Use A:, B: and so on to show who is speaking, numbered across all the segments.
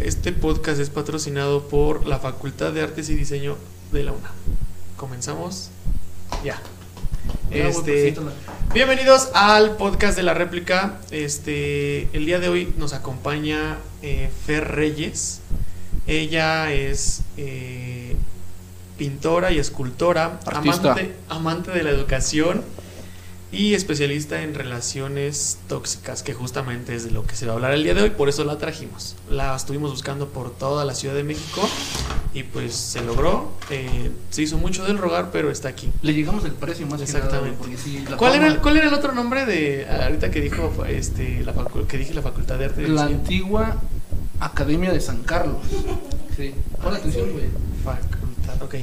A: Este podcast es patrocinado por la Facultad de Artes y Diseño de la UNAM. Comenzamos ya.
B: pues
A: Este, bienvenidos al podcast de la réplica. Este, el día de hoy nos acompaña eh, Fer Reyes. Ella es eh, pintora y escultora,
B: Artista.
A: amante, amante de la educación y especialista en relaciones tóxicas, que justamente es de lo que se va a hablar el día de hoy, por eso la trajimos. La estuvimos buscando por toda la Ciudad de México y pues se logró. Eh, se hizo mucho del rogar, pero está aquí.
B: Le llegamos el precio más
A: Exactamente.
B: que nada, güey, porque sí, la
A: ¿Cuál era, el,
B: fama-
A: ¿Cuál era el otro nombre de ahorita que dijo este la facu- que dije la Facultad de Arte y
B: La
A: Diseño?
B: antigua Academia de San Carlos. Sí. Pon atención, güey.
A: Facultad, ok.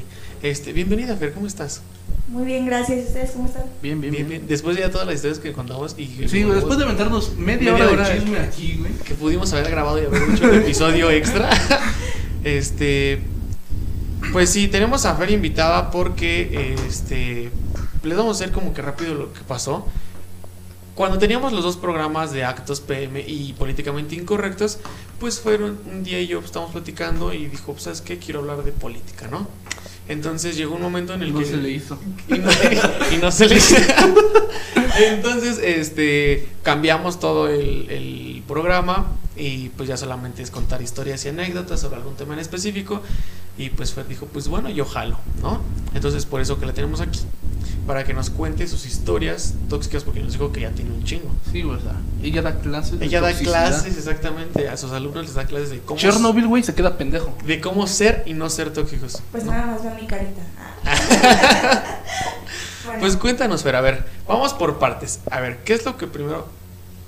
A: Este, bienvenida Fer, ¿cómo estás?
C: Muy bien, gracias. ¿Y ustedes cómo están?
B: Bien, bien, bien.
A: Después de ya todas las historias que contamos y
B: Sí, güey, después de aventarnos media,
A: Media
B: hora,
A: hora.
B: de chisme aquí, güey.
A: que pudimos haber grabado y haber hecho un episodio extra. este. Pues sí, tenemos a Fer invitada porque este. Les vamos a hacer como que rápido lo que pasó. Cuando teníamos los dos programas de actos PM y políticamente incorrectos, pues fueron un día y yo pues, estábamos platicando y dijo, pues, ¿sabes qué? Quiero hablar de política, ¿no? Entonces llegó un momento en el
B: No
A: que...
B: se le hizo.
A: Y no, y no se les. Entonces, este, cambiamos todo el, el programa y pues ya solamente es contar historias y anécdotas sobre algún tema en específico. Y pues Fer dijo, pues bueno, yo jalo, ¿no? Entonces por eso que la tenemos aquí, para que nos cuente sus historias tóxicas, porque nos dijo que ya tiene un chingo.
B: Sí, güey, o sea, ella da clases. de
A: Ella da
B: toxicidad.
A: clases exactamente, a sus alumnos les da clases de cómo,
B: Chernobyl, güey, se queda pendejo.
A: de cómo ser y no ser tóxicos.
C: Pues
A: ¿no?
C: nada más vean mi carita. Ah, Bueno,
A: Pues cuéntanos, Fer, a ver, vamos por partes. A ver, ¿qué es lo que primero,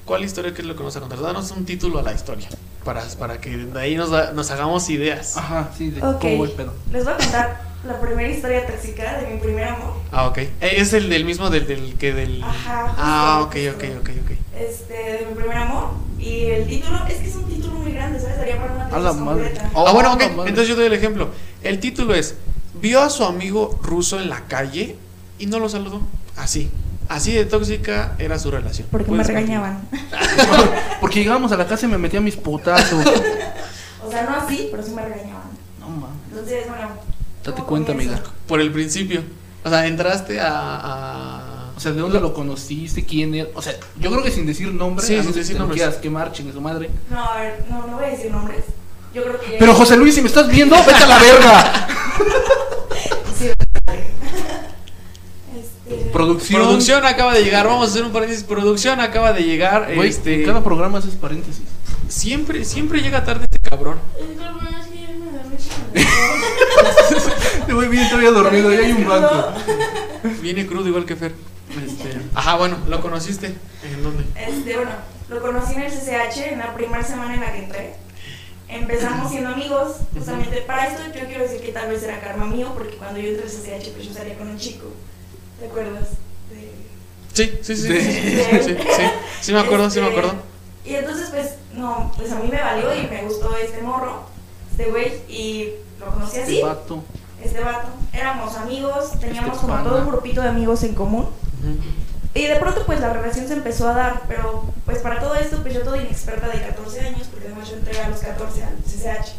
A: cuál historia, qué es lo que nos a contar? Danos un título a la historia, para, para que de ahí nos, da- nos hagamos ideas.
B: Ajá, sí, de
C: Ok.
B: cómo voy, pedo.
C: les voy a contar la primera historia tóxica de mi primer amor.
A: Ah, ok. Eh, Es el del mismo del, del que del...
C: Ajá, justo,
A: Ah, ok, ok,
C: justo.
A: ok, ok.
C: Este, de mi primer amor. Y el título, es que es un título muy grande, ¿sabes? Daría para una
B: A la
C: tesis
B: madre.
C: completa.
B: Oh,
A: ah, bueno,
B: la
A: ok.
B: madre.
A: Entonces yo doy el ejemplo. El título es, vio a su amigo ruso en la calle y no lo saludó. Así. Así de tóxica era su relación.
C: Porque me
A: Puedes continuar.
C: regañaban.
B: Porque llegábamos a la casa y me metía mis putazos.
C: O sea, no así, pero sí me regañaban.
B: No mames.
C: Entonces, bueno.
B: Date
C: ¿cómo
B: cuenta,
C: comienzo?
B: amiga.
A: Por el principio. O sea, entraste a... a-
B: O sea, ¿de dónde lo conociste? ¿Quién era? O sea, yo creo que sin decir nombre,
A: Sí,
B: a no
A: sin
B: ser que
A: decir
B: te lo
A: nombres.
B: quieras quemar, chingue su madre.
C: No, a ver, no, no voy a decir nombres. Yo creo que.
B: Pero José Luis, si me estás viendo, vete a la verga.
C: Sí, este,
B: Producción.
A: Producción acaba de llegar, vamos a hacer un paréntesis. Producción acaba de llegar.
B: Güey,
A: este,
B: en cada programa haces paréntesis.
A: siempre, siempre llega tarde este cabrón.
C: El cabrón es que ya me dormí con
B: Te voy bien, todavía dormido, ya hay un banco.
A: Viene crudo igual que Fer. Este, ajá, bueno, lo conociste. ¿En dónde?
C: Este, bueno, lo conocí en el CCH en la primera semana en la que entré. Empezamos siendo amigos, justamente para esto yo quiero decir que tal vez era karma mío, porque cuando yo entré al CCH pues yo salía con un chico, ¿te acuerdas? De-
A: Sí, sí, sí. Sí, sí,
B: Sí.
A: sí, sí, sí, sí. Sí me acuerdo, sí me
C: Este,
A: acuerdo.
C: Y entonces pues, no, pues a mí me valió y me gustó este morro, este güey, y lo conocí así.
B: Este vato.
C: este vato. Éramos amigos, teníamos
B: Este
C: como
B: pana.
C: todo un grupito de amigos en común.
B: Este,
C: Y de pronto pues la relación se empezó a dar, pero pues para todo esto pues yo toda inexperta de 14 años, porque además yo entré a los 14 al CCH.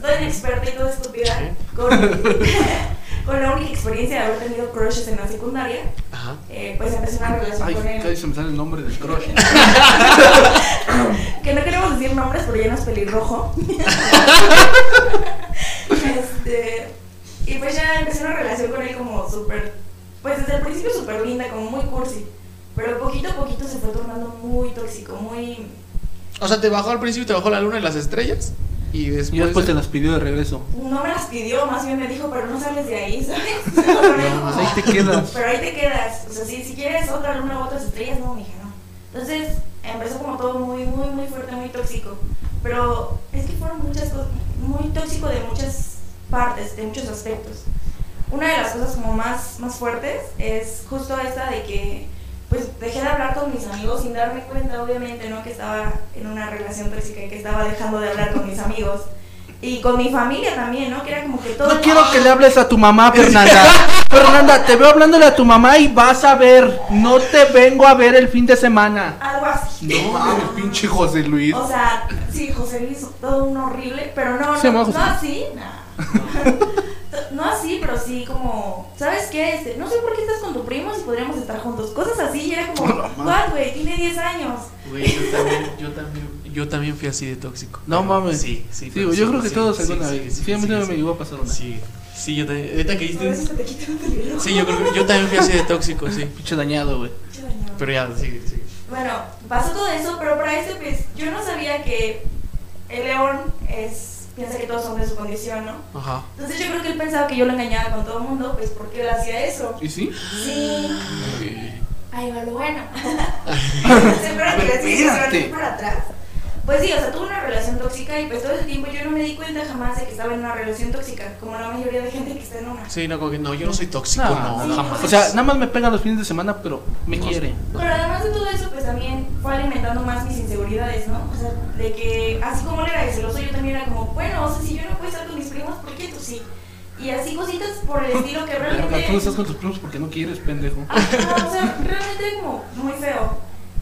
C: Toda inexperta y toda estúpida,
A: ¿Eh?
C: con, con la única experiencia de haber tenido crushes en la secundaria,
A: Ajá.
C: eh, pues empecé una relación
B: Ay,
C: con
B: casi
C: él.
B: se me sale el nombre del crush.
C: Que no queremos decir nombres porque ya no es pelirrojo. este, y pues ya empecé una relación con él como súper, pues desde el principio súper linda, como muy cursi. Pero poquito a poquito se fue tornando muy tóxico, muy...
A: O sea, te bajó al principio, te bajó la luna y las estrellas. Y después.
B: Y después te las pidió de regreso.
C: No me las pidió, más bien me dijo, pero no sales de ahí, ¿sabes? O sea, pero era
B: Pues
C: como,
B: ahí te quedas.
C: Pero ahí te quedas. O sea, si, si quieres otra luna u otras estrellas, no, mija, no. Entonces empezó como todo muy, muy, muy fuerte, muy tóxico. Pero es que fueron muchas cosas, muy tóxico de muchas partes, de muchos aspectos. Una de las cosas como más, más fuertes es justo esta de que pues dejé de hablar con mis amigos sin darme cuenta, obviamente, ¿no? Que estaba en una relación tóxica y que estaba dejando de hablar con mis amigos. Y con mi familia también, ¿no? Que era como que todo.
B: No quiero que le hables a tu mamá, Fernanda. Fernanda, te veo hablándole a tu mamá y vas a ver. No te vengo a ver el fin de semana.
C: Algo así.
B: No mames, pinche José Luis.
C: O sea, sí, José Luis hizo todo un horrible, pero no,
B: Se llamaba
C: no,
B: José
C: no
B: Luis.
C: así, nah. no así, pero sí como, ¿sabes qué? Este, no sé por qué estás con tu primo si podríamos estar juntos. Cosas así, y era como,
B: Hola, ma.
C: ¿cuál, güey? Tiene 10 años.
A: Güey, yo también, yo también, yo también fui así de tóxico.
B: No mames.
A: Sí, sí.
B: Sí,
A: pero
B: yo
A: sí,
B: creo que
A: sí,
B: todos
A: sí,
B: alguna
A: sí,
B: vez.
A: sí,
B: Sí, a mí
A: sí,
B: también
A: sí.
B: me llegó a pasar una.
A: Sí, sí, yo también. Ahorita que
C: Por eso
A: dijiste.
C: se te quitaron el reloj.
A: Sí, yo creo que yo también fui así de tóxico, sí.
B: Pinche dañado, güey.
C: Pinche dañado.
A: Pero ya, sí, sí.
C: Bueno, pasó todo eso, pero para este pues yo no sabía que el león es, piensa que todos son de su condición, ¿no?
A: Ajá.
C: Entonces yo creo que él pensaba que yo lo engañaba con todo el mundo, pues porque él hacía eso.
B: ¿Y sí?
C: Sí. Ahí va lo bueno.
B: Pero espérate.
C: Espérate. para atrás. Pues sí, o sea, tuve una relación tóxica y pues todo ese tiempo yo no me di cuenta jamás de que estaba en una relación tóxica, como la mayoría de gente que está en una.
A: Sí, no, como que no, yo no soy tóxico,
B: No,
A: no,
C: no.
A: jamás.
B: O sea, nada más me pega los fines de semana, pero me
A: No.
B: quiere.
C: Pero además de todo eso, pues también fue alimentando más mis inseguridades, ¿no? O sea, de que así como él era de celoso, yo también era como, bueno, o sea, si yo no puedo estar con mis primos, ¿por qué tú sí? Y así cositas por el estilo que
B: Pero
C: realmente...
B: tú no estás con tus primos porque no quieres, pendejo.
C: Ajá, o sea, realmente como muy feo.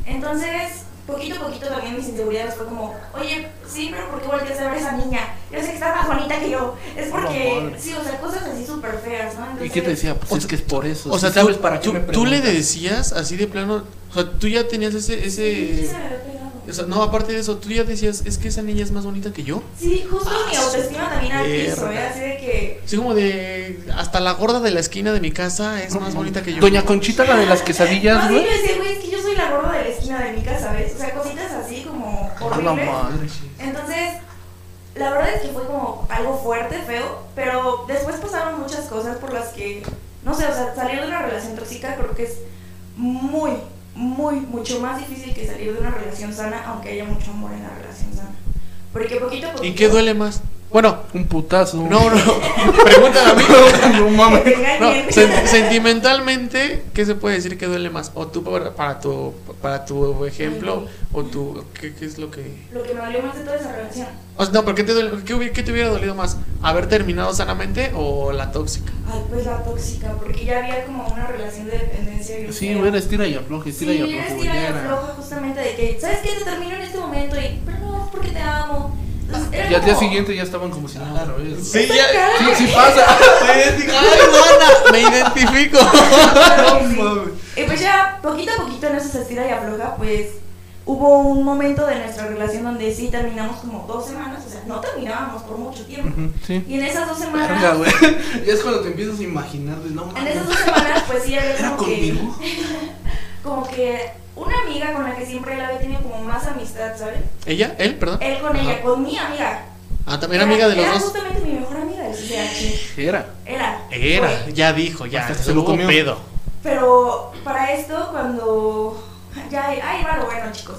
C: Entonces, poquito a poquito también mis inseguridades fue como, oye, sí, pero ¿por qué volteas a ver a esa niña? Yo sé que está más bonita que yo. Es
B: No,
C: porque,
B: madre.
C: sí, o sea, cosas así súper feas, ¿no?
B: ¿Y
C: Entonces,
B: qué te decía? Pues
A: O
B: es
A: sea,
B: que es por eso.
A: O
B: Sí
A: sea,
B: sabes
A: tú-
B: para qué
A: tú,
B: me
A: tú le
B: preguntas.
A: decías así de plano, o sea, tú ya tenías ese,
C: Sí,
A: ese,
C: se me había pegado.
A: o sea, no, aparte de eso, tú ya decías, es que esa niña es más bonita que yo.
C: Sí, justo
B: Ah,
C: mi autoestima también al piso,
A: verga.
C: ¿eh? Así de que...
A: Así como de, hasta la gorda de la esquina de mi casa es más bonita que yo.
B: Doña Conchita, la de las quesadillas,
C: No, sí,
B: güey.
C: yo decía, güey, es que yo soy la gorda de la esquina de mi casa, ¿ves? O sea, cositas así
A: Ah,
C: como
B: A la
C: horribles.
B: madre.
C: Entonces, la verdad es que fue como algo fuerte, feo, pero después pasaron muchas cosas por las que, no sé, o sea, salir de una relación tóxica creo que es muy, muy, mucho más difícil que salir de una relación sana, aunque haya mucho amor en la relación sana. Porque poquito a poquito...
A: ¿Y qué duele más? Bueno,
B: Un putazo.
A: no, no, pregúntale a mí.
B: no
C: que
B: mames.
C: te engañen.
A: No, sen- sentimentalmente, ¿qué se puede decir que duele más? O tú para, para tu para tu ejemplo o tu ¿qué, qué es lo que
C: Lo que me dolió más de toda esa relación.
A: O sea, no, pero ¿qué te, duele- qué hubi- qué te hubiera dolido más? ¿Haber terminado sanamente o la tóxica?
C: Ay, pues la tóxica, porque ya había como una relación de dependencia. bien
B: Sí,
C: fea.
B: güey, eres tira y afloja,
C: Sí,
B: estira y afloja,
C: eres
B: güey.
C: tira y
B: ya era.
C: afloja justamente de que, ¿sabes qué? Te termino en este momento y, pero no, es porque te amo. Entonces, era
B: Y al día
C: como-
B: siguiente ya estaban como si nada otra vez.
A: Sí, ya.
B: Sí, sí pasa.
A: ¡Ay, mana! Me identifico.
C: Y pues ya, poquito a poquito en esa estira y afloja, pues hubo un momento de nuestra relación donde sí terminamos como dos semanas, o sea, no terminábamos por mucho tiempo.
B: Ujú, Sí.
C: Y en esas dos
B: Verga,
C: semanas,
B: güey. Ya es cuando te empiezas a imaginar de no
C: en
B: mames.
C: esas dos semanas, pues sí había
B: ¿Era
C: como que,
B: conmigo?
C: como que una amiga con la que siempre él había tenido como más amistad, ¿sabes?
A: ¿Ella? ¿Él? Perdón.
C: Él con ella, con mi amiga.
A: Ah, también era amiga de
C: Era
A: los dos.
C: justamente mi mejor amiga del CCH.
B: Era.
C: Era.
A: Era,
C: Fue.
A: ya dijo, ya.
B: Hasta
A: Se
B: se
A: lo
B: lo
A: hubo
B: comió.
A: pedo.
C: Pero para esto, cuando. Ya, ay, bueno, bueno, chicos.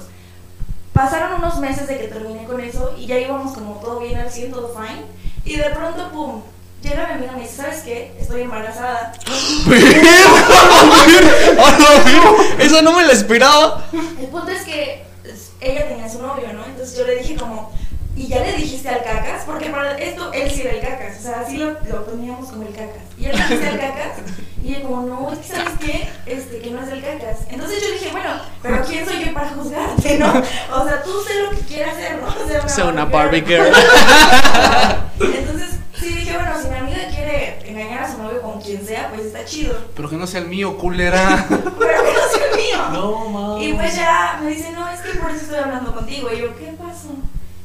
C: Pasaron unos meses de que terminé con eso y ya íbamos como todo bien al 100, todo fine. Y de pronto, pum, llega mi amiga y me dice: ¿Sabes qué? Estoy embarazada.
A: Ah, Eso no me lo esperaba.
C: El punto es que es- ella tenía su novio, ¿no? Entonces yo le dije, como. ¿Y ya le dijiste al cacas? Porque para esto él sí era el cacas. O sea, así lo, lo poníamos como el cacas. Y él le dijiste al cacas. Y él, como, no, es que sabes qué, este, que no es el cacas. Entonces yo dije, bueno, pero ¿quién soy yo para juzgarte, no? O sea, tú sé lo que quieras hacer, ¿no? O sea,
A: Sea una Barbie girl.
C: Entonces sí dije, bueno, si mi amiga quiere engañar a su novio con quien sea, pues está chido.
B: Pero que no sea el mío, culera.
C: Pero que no sea el mío.
B: No mames.
C: Y pues ya me dice, no, es que por eso estoy hablando contigo. Y yo, ¿qué pasó?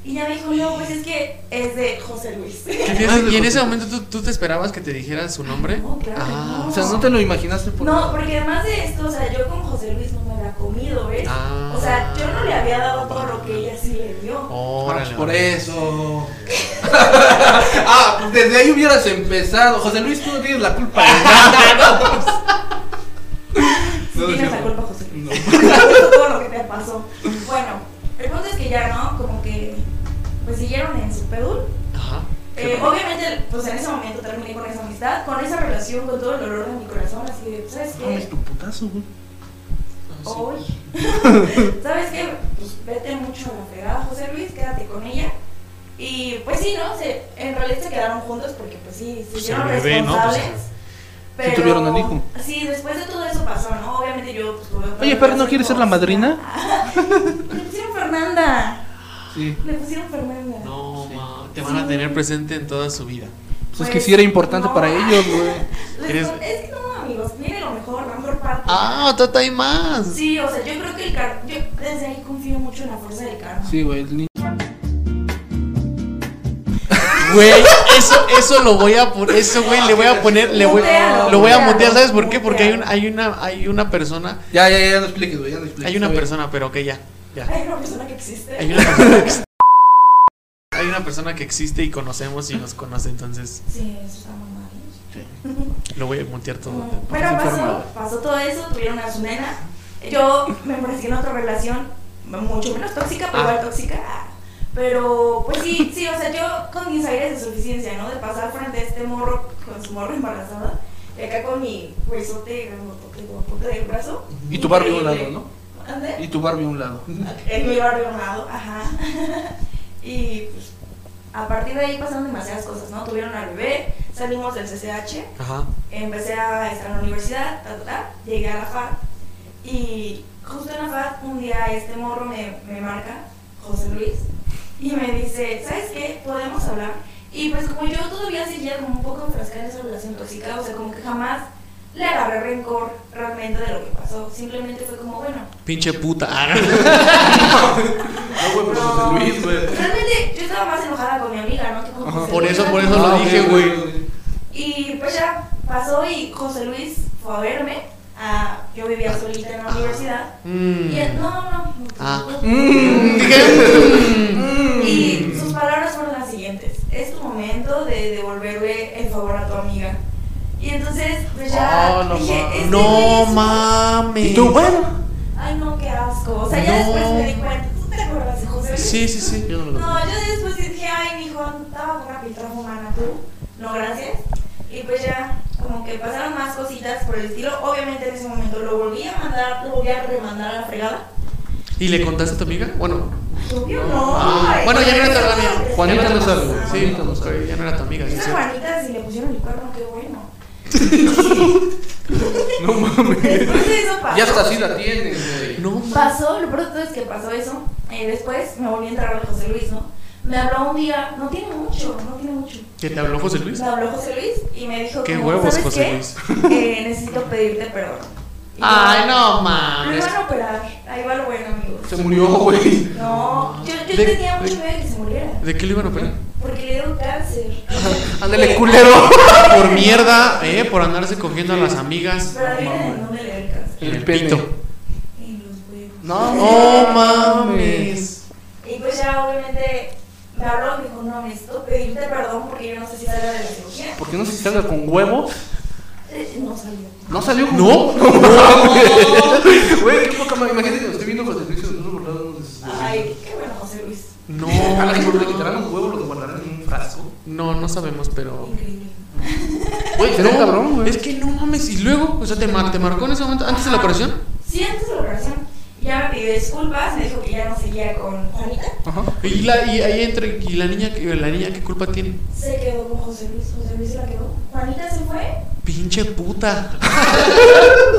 C: Y ya me dijo, no, pues es que es de José Luis.
B: ¿Eh?
A: Ah, ¿Y en ese momento tú, tú te esperabas que te dijera su nombre?
C: No, claro que
A: Ah,
C: no.
B: O sea, no te lo imaginaste por
C: No, porque además de esto, o sea, yo con José Luis no me la he comido, ¿ves?
A: Ah.
C: o sea, yo no le había dado todo lo que ella sí le dio.
B: Ah, pues
A: Órale.
B: por eso. ah, pues desde ahí hubieras empezado. José Luis, tú no tienes la culpa de nada.
C: Si
B: No,
C: tienes
B: no.
C: la culpa, José Luis.
B: No.
C: todo lo que te pasó. Bueno, el punto es que ya, ¿no? Como que, pues siguieron en su pedul.
A: Ajá.
C: Eh, obviamente, pues en ese momento terminé con esa amistad, con esa relación, con todo el dolor de mi corazón, así de, ¿sabes
B: No, es
C: qué?
B: tu putazo, güey.
C: Hoy, ¿sabes qué? Pues vete mucho a la fregada, José Luis, quédate con ella. Y pues sí, ¿no? Se, en realidad se quedaron juntos porque pues sí, se
A: Pues,
C: hicieron
A: el bebé, ¿no? Pues,
C: responsables.
B: sí tuvieron el hijo.
C: Sí, después de todo eso pasó, ¿no? Obviamente yo pues tuve
B: Oye, pero ¿no quieres ser la madrina?
C: Le pusieron Fernanda.
B: Sí.
C: Le pusieron Fernanda.
A: No,
B: Sí.
A: ma, te van a tener presente en toda su vida.
B: Pues es que sí era importante para ellos, güey.
C: Les-
A: Eres-
C: Es que no, amigos, viene lo mejor, la mejor parte.
A: Ah, tata hay más.
C: Sí, o sea, yo creo que el karma, yo desde ahí confío mucho en la fuerza del karma.
B: Sí, güey, el niño.
A: Güey, eso, eso lo voy a poner, eso güey, le voy a poner, le voy,
C: Mutealo,
A: lo voy a
C: mutealo,
A: mutear, ¿sabes por qué? Porque hay
C: mutealo.
A: una, hay una, hay una persona,
B: Ya, ya, ya no expliques, güey, ya no expliques.
A: hay una
B: güey.
A: persona, pero que ya, ya.
C: Hay una persona que existe.
A: Hay una persona que hay una persona que existe y conocemos y nos conoce, entonces
C: Sí, eso está muy mal.
A: lo voy a mutear todo.
C: Mm, Pero pasó,
B: enferma.
C: pasó todo eso, tuvieron a su nena. Yo me enfrasqué en otra relación, mucho menos tóxica, pero
A: Ah.
C: igual tóxica. Pero, pues sí, sí, o sea, yo con mis aires de suficiencia, ¿no? De pasar frente a este morro con su morro embarazada, y acá con mi huesote grandotote guapote del brazo.
B: Y tu Barbie a un lado,
C: Increíble.
B: ¿no?
C: ¿Ande?
B: Y tu Barbie a un lado.
C: En mi barrio amado, ajá. y pues, a partir de ahí pasaron demasiadas cosas, ¿no? Tuvieron al bebé, salimos del CCH.
A: Ajá.
C: Empecé a estar en la universidad, ta, ta, ta, llegué a la FAD y justo en la FAD un día este morro me, me marca, José Luis, y me dice, ¿sabes qué? Podemos hablar. Y pues como yo todavía seguía como un poco enfrascada en esa relación tóxica, o sea, como que jamás le agarré rencor realmente de lo que pasó. Simplemente fue como, bueno,
A: Pinche puta. Ah,
B: No, güey,
C: pero
B: pero
C: José
B: Luis,
C: Luis,
B: güey.
C: realmente yo estaba más enojada con mi amiga, ¿no? Que con
B: Ajá.
C: José
A: Por
C: Luis.
A: eso- por
B: Ah,
A: eso lo dije, güey.
C: Y pues ya pasó y José Luis fue a verme. Ah, yo vivía solita en la universidad.
A: Ah. mm.
C: Y él, no, no, no.
A: Ah.
B: Mm.
A: Dije, mm.
C: Y sus palabras fueron las siguientes. Es tu momento de devolverle el favor a tu amiga. Y entonces, pues ya
B: Oh, no
C: dije,
B: mames.
C: este güey
A: No
C: es un-
A: mames.
B: Y tú, bueno.
C: Ay, no, qué asco. O sea, ya
A: No.
C: después me di cuenta. ¿Tú te acuerdas de José Luis?
A: Sí, sí, sí. Yo no lo
C: No, yo después dije, ay, mijo, andaba con una pintura humana, tú. No, gracias. Y pues ya, como que pasaron más cositas por el estilo. Obviamente en ese momento lo volví a mandar, lo volví a remandar a la fregada.
A: ¿Y le contaste a tu amiga? Bueno,
C: Obvio no.
A: Ah,
C: ay,
A: bueno, ya no
C: pero
A: era tan
C: eso
A: amiga.
C: es-
B: Juanita
C: ya
B: no
C: era-
B: sabe, güey.
C: Ah,
A: Sí,
B: Juanita no sabe.
A: ya no era tu amiga. sí,
C: Esas
A: sí.
C: Juanita, si le pusieron el cuerno, qué bueno.
B: No mames.
C: Después de eso pasó.
B: Ya hasta así la tienes, güey.
A: No mames.
C: Pasó, lo pronto es que pasó eso. Eh, después me volví a entrar a José Luis, ¿no? Me habló un día, no tiene mucho, no tiene mucho.
A: ¿Que te habló José Luis?
C: Me habló José Luis y me dijo
A: Qué
C: que
A: huevos,
C: ¿sabes
A: José
C: qué?
A: Luis.
C: Eh, necesito pedirte perdón. Y
A: Ay,
C: yo,
A: no
C: Lo
A: mames.
C: iban a operar. Ahí va lo bueno, amigos.
B: Se murió, güey.
C: No, yo, yo
A: De-
C: tenía mucho
A: de-
C: miedo de que se muriera.
A: ¿De qué le iban a operar?
C: Porque le dio cáncer.
A: Ah,
B: Ándale, culero.
A: Por mierda, eh, por andarse cogiendo a las amigas.
C: Pero adivinen en dónde le dio el cáncer.
A: En el
B: El pene.
A: pito.
C: En los huevos.
B: No,
A: Oh mames.
C: Y pues ya obviamente me habló y me dijo, no, necesito pedirte perdón porque yo no sé si salga de la cirugía.
B: ¿Por qué no se salga con huevos?
C: Eh, No salió.
B: No salió con
A: No.
B: huevos. mames. Güey, qué poca madre. Imagínate, estoy viendo José Luis y nosotros guardándonos de sus huevos.
C: Ay, qué bueno, José Luis.
A: No,
B: A la gente le quitarán un huevo, lo guardarán en un frasco.
A: no, no sabemos, pero.
C: Increíble.
B: Güey, será
A: No,
B: cabrón, güey.
A: Es que no mames. Y luego, o sea, te, mar- te marcó en ese momento, antes de la operación.
C: Sí, antes de la operación ya me pidió disculpas, me dijo que ya no seguía con Juanita.
B: Ajá.
A: Y la, y ahí entre, y la niña, que- la niña, ¿qué culpa tiene?
C: Se quedó con José Luis, José Luis se la quedó. Juanita se fue,
A: Pinche puta.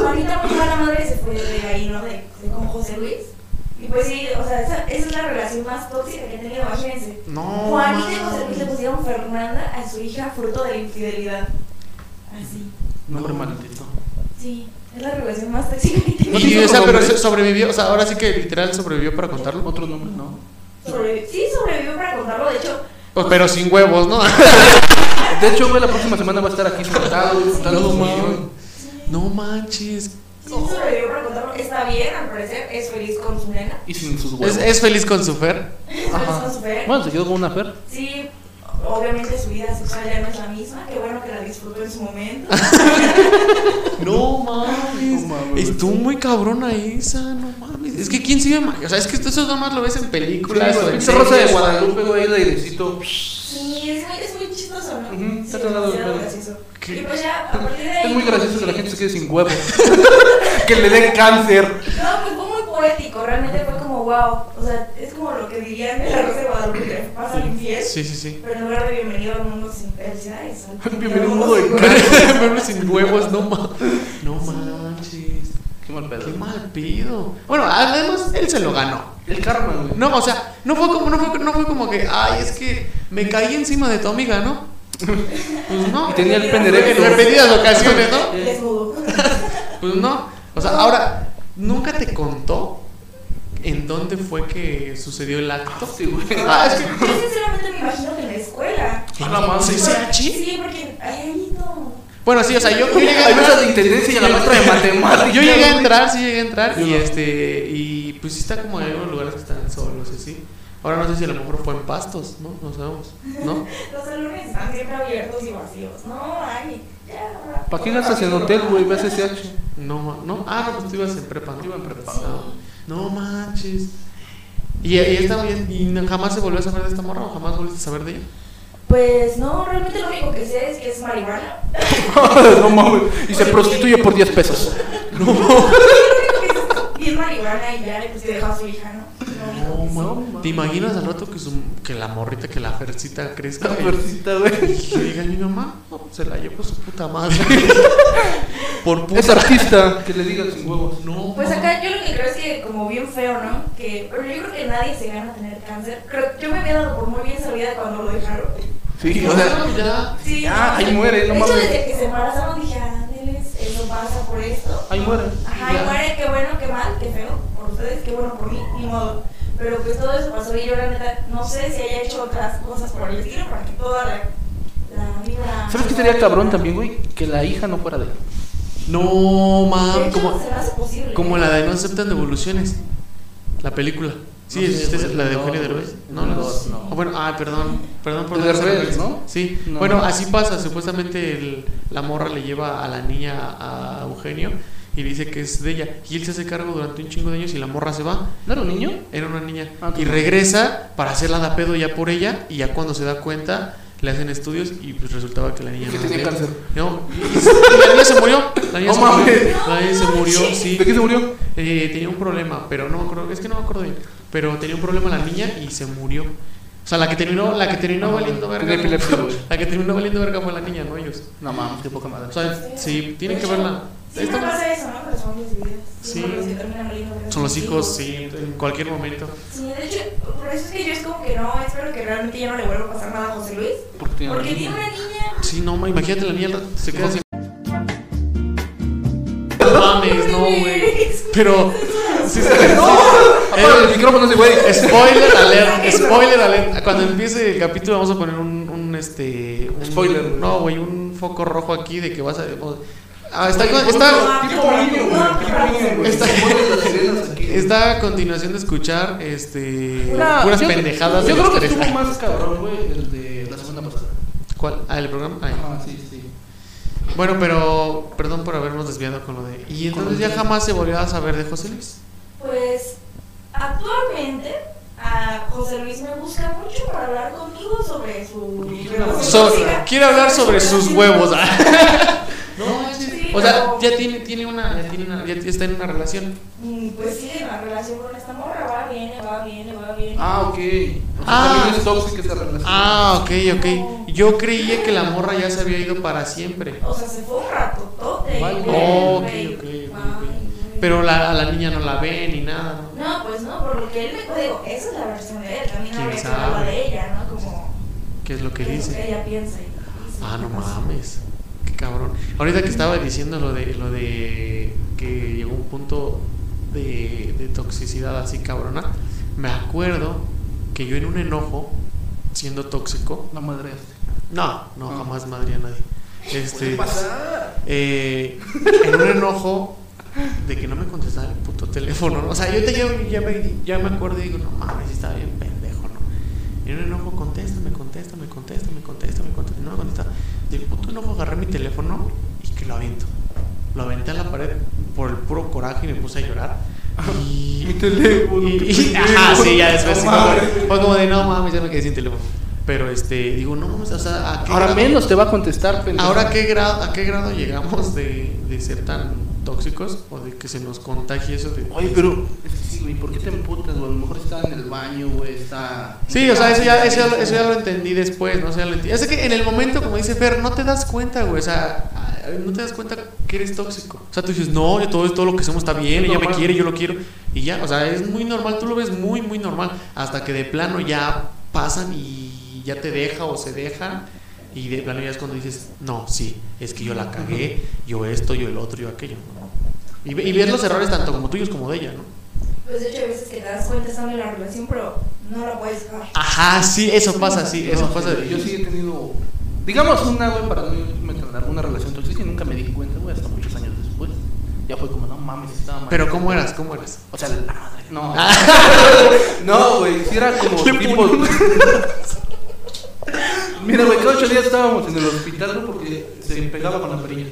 C: Juanita muy mala madre se fue de ahí, ¿no? De, de con José Luis. Y pues sí, o sea, esa, esa es la relación más tóxica que he tenido, imagínense.
A: No.
C: Juanita y José Luis le
A: mames.
C: pusieron Fernanda a su hija fruto de la infidelidad. Así.
B: Nombre maldito.
C: Sí, es la relación más tóxica que tengo.
A: Y esa, pero se- sobrevivió, o sea, ahora sí que literal sobrevivió para contarlo.
B: Otro nombre, no.
C: Sobrevi- sí, sobrevivió para contarlo. De hecho,
A: Pues, Pero sin huevos, ¿no?
B: De hecho, güey, la próxima semana va a estar aquí sentado, güey, contando
A: No
B: su
A: mames.
B: guión.
A: No manches.
C: sí sobrevivió para contarlo. Está bien, al parecer. Es feliz con su nena.
B: Y sin sus huevos.
A: ¿Es, es feliz con su Fer?
C: Es feliz
B: Ajá.
C: con su fe.
B: Bueno, se quedó con una fer.
C: Sí, obviamente su vida sexual ya no es la misma. Qué bueno que la disfrutó en su momento.
A: No mames.
B: No mames.
A: Estuvo muy cabrona esa, no mames. Es que quién sigue más. O sea, es que eso nada más lo ves en películas. o en
B: Pinche Rosa de
A: series.
B: Guadalupe, güey, el airecito.
C: Sí, es muy, es muy chistoso, ¿no?
B: Ujú, está
C: Sí,
B: cagado el
C: demasiado
B: pedo.
C: gracioso.
A: ¿Qué?
C: Y pues ya, a partir de ahí.
B: Es muy gracioso que la gente se quede sin huevos. que le den cáncer.
C: No, pues fue muy poético. Realmente fue como, wow. O sea, es como lo que dirían en la Rosa de Guadalupe, que pasa al infiel.
A: Sí, sí, sí.
C: Pero en lugar de bienvenido al mundo sin felicidades.
B: Bienvenido al mundo de
A: Pero sin huevos, no ma- No manches.
B: Qué mal pedo.
A: Qué mal pido. Bueno, además él se lo ganó.
B: El karma, güey.
A: No, o sea, no fue como, no fue, no fue como que, ay, es que me caí encima de tu amiga, ¿no? Pues no.
B: Y tenía el pene
A: En
B: erecto.
A: repetidas ocasiones, ¿no?
C: Desnudo.
A: Pues no. O sea, ahora, ¿nunca te contó en dónde fue que sucedió el acto?
B: Sí, güey.
A: Ah, es
C: Yo sinceramente me imagino que en la escuela.
A: que.
B: A la madre.
A: ¿Sí, sí, sí?
C: Sí, porque ahí no.
A: Bueno, sí, o sea, yo, yo llegué a
B: Hay mesas
A: entrar.
B: de intendencia y la maestra de matemáticas.
A: Yo llegué a
B: güey.
A: entrar, sí llegué a entrar.
B: Yo
A: Y
B: no.
A: este. Y pues sí está como en algunos lugares que están solos, y sí. Ahora no sé si a lo mejor fue en pastos, ¿no? No sabemos, ¿no?
C: Los salones están siempre abiertos y vacíos. No, ay, ya. ahora-
B: ¿Para qué gastas en hotel, güey? Ve a CCH.
A: No, ma- no, ah, no, pues tú ibas en prepa, ¿no?
B: Iba en prepa.
A: Ah, No manches. Y, y estaba bien, y no- jamás se volvió a saber de esta morra o jamás volviste a saber de ella.
C: Pues no, realmente lo único que sé es que es marihuana.
B: no mames. Y se prostituye por 10 pesos.
C: Y es marihuana y ya le pues, dejó a su hija, ¿no? Lo único que sé.
B: mames.
A: ¿Te imaginas al rato que, su, que la morrita, que la fercita crezca?
B: Esta
A: y-
B: persita, güey.
A: Y que diga mi mamá, no, pues, se la llevó su puta madre. por puta.
B: Es artista. Que le digan sin huevos.
A: No.
C: Pues
A: mames.
C: acá yo lo que creo es que como bien feo, ¿no? Que, pero yo creo que nadie se gana tener cáncer. Creo, yo me había dado por muy bien sabida cuando lo dejaron.
B: Sí,
A: No,
B: o sea.
A: ya.
C: Sí.
B: Ah, ahí muere, no
C: De hecho,
B: mames.
C: desde que se embarazaron dije, ándeles, eso pasa por esto.
B: Ahí muere.
C: Ajá,
A: Ya.
C: y muere, qué bueno, qué mal, qué feo por ustedes, qué bueno por mí, ni modo. Pero pues todo eso pasó y yo la neta no sé si haya hecho otras cosas por el estilo para que toda la, la vibra-
B: ¿Sabes qué sería cabrón también, güey? Que la hija no fuera de él.
A: No,
C: De
A: mam,
C: hecho,
A: Ah, como,
C: se me hace posible.
A: como la de No aceptan devoluciones. La película. Sí,
B: No sé,
A: es- esta es
B: güey,
A: la de
B: no,
A: Eugenio
B: güey.
A: Derbez. No,
B: No,
A: no.
B: no.
A: bueno, ah, perdón. Perdón por
B: De
A: darse
B: Derbez,
A: referencia.
B: ¿no?
A: Sí.
B: No.
A: Bueno, así pasa. Supuestamente el- la morra le lleva a la niña a Eugenio y le dice que es de ella. Y él se hace cargo durante un chingo de años y la morra se va.
B: ¿No era un niño?
A: Era una niña.
B: Ah,
A: y
B: tú.
A: regresa para hacerla da pedo ya por ella. Y ya cuando se da cuenta, le hacen estudios y pues resultaba que la niña
B: Que
A: no
B: tenía
A: era.
B: cáncer.
A: No. Y la niña se murió. La niña
B: No
A: se murió.
B: mames.
A: La niña se murió, sí.
B: ¿De qué se murió?
A: Eh, tenía un problema, pero no me acuerdo, es que no me acuerdo bien. Pero tenía un problema la niña y se murió. O sea, la que terminó, la que terminó
B: Ah,
A: valiendo verga.
B: tenía epilepsia, güey.
A: la que terminó valiendo verga fue la niña, no ellos.
B: No mames, qué poca madre.
A: O sea, sí, tienen que verla.
C: Siempre
A: Esto-
C: pasa eso, ¿no? Con los familias divididas.
A: Sí.
C: Con los que terminan valiendo verga.
A: son los hijos, sí, en cualquier momento.
C: Sí, de hecho, por eso es que yo es como que no, espero que realmente ya no le vuelva a pasar nada a José Luis.
B: Porque tiene
C: Porque
B: razón.
C: tiene una niña.
A: Sí, no, ma, imagínate la niña al rato se queda sin. No mames, no, güey. Pero. Sí, sí,
B: Apaga el micrófono ese güey.
A: Spoiler alert, spoiler alert. Cuando empiece el capítulo vamos a poner un, un este un-
B: Spoiler.
A: No, güey, un foco rojo aquí de que vas a o- Ah, está, con-
C: no,
A: está,
B: Tipo niño, güey. Tipo niño, güey.
A: Está-
B: Se ponen las sirenas aquí.
A: está a continuación de escuchar este
B: Una-
A: puras
B: yo-
A: pendejadas de
B: Yo creo
A: los
B: que
A: tres.
B: estuvo más cabrón, güey, el de la semana pasada.
A: ¿Cuál? Ah, el programa. Ay.
B: Ah, sí, sí.
A: Bueno, pero perdón por habernos desviado con lo de. Y
B: Con
A: entonces
B: lo
A: ya
B: de-
A: jamás se volvió a saber de José Luis.
C: Pues actualmente a José Luis me busca mucho para hablar conmigo sobre su relación
A: So-
C: tóxica.
A: quiere hablar sobre sus huevos. ah. No,
C: Sí,
A: o sea,
C: pero-
A: ya tiene tiene una ya tiene una- ya está en una relación.
C: Mm, Pues sí, la relación con esta morra va, viene, va, viene, va, viene.
B: Ah, ok. O sea,
A: Ah.
B: también es tóxica esa relación.
A: Ah, ok, ok. Yo creía que la morra ya se había ido para siempre.
C: O sea, se fue un ratotote.
B: Vale.
C: güey,
A: Oh, ok,
C: güey,
A: ok,
C: güey,
A: ok,
C: güey.
A: ok. Pero la, a la niña no la ve ni nada. ¿no?
C: No, pues no, por lo que él me pues, digo, esa es la versión de él, también
A: ¿Quién
C: habría que
A: sabe?
C: hablar de ella, ¿no? Como
A: ¿Qué es lo que
C: qué es lo que
A: dice?
C: ella piensa. y- y sí,
A: Ah, no
C: qué pasa.
A: mames. Qué cabrón. Ahorita que estaba diciendo lo de lo de que llegó un punto de, de toxicidad así cabrona, me acuerdo que yo en un enojo, siendo tóxico,
B: La madre este.
A: no, no,
B: Ah.
A: jamás madre a nadie. Este,
B: pasa?
A: Eh, en un enojo de que no me contestaba el puto teléfono. ¿no? O sea, yo te llevo y ya me, ya me acuerdo y digo, no mames, estaba bien pendejo, ¿no? En un enojo, contesta, me contesta, me contesta, me contesta, me contesta, no me contestaba. Del puto enojo agarré mi teléfono y que lo aviento. Lo aventé a la pared por el puro coraje y me puse a llorar. Y,
B: Mi teléfono,
A: y-
B: qué
A: y-
B: pendejo.
A: ajá, sí, ya después.
B: No
A: sí, como-
B: mames.
A: fue como de, no mames, ya me quedé sin teléfono. Pero este, digo, no mames, o sea, ¿a qué
B: Ahora
A: grado-
B: menos te va a contestar, pendejo.
A: Ahora, ¿qué grado, ¿a qué grado llegamos de, de ser tan tóxicos o de que se nos contagie eso? De,
B: Oye, pero. Sí, güey, ¿por qué te emputas, güey? A lo mejor está en el baño, güey, está.
A: Sí, o sea, eso ya, eso, ya, eso ya lo entendí después, ¿no? O sea, lo enti- Es que en el momento, como dice Fer, no te das cuenta, güey. O sea, ah, no te das cuenta que eres tóxico. O sea, tú dices, no, yo todo, todo lo que somos está bien, ella me
B: Normal.
A: quiere, yo lo quiero. Y ya, o sea, es muy normal, tú lo ves muy, muy normal. Hasta que de plano ya pasan y ya te deja o se deja. Y de plano ya es cuando dices, no, sí, es que yo la cagué, yo esto, yo el otro, yo aquello. Y, ve- y ves los errores tanto como tuyos como de ella, ¿no?
C: Pues de hecho, hay veces que te das cuenta estando en la relación, pero no la puedes dejar.
A: Ajá, sí, eso pasa, sí, eso
B: No,
A: pasa.
B: sí, Yo sí he tenido. Digamos una, güey, para no irme tan largo, una relación tóxica y nunca me di cuenta, güey, hasta muchos años después. Ya fue como, no mames, estaba mal.
A: Pero ¿cómo Ah. eras? ¿Cómo eras?
B: O sea, la madre. No. no, güey, si era como
A: Le
B: tipo. Mira, güey, cada ocho días estábamos en el hospital güey, porque se pegaba con la perilla.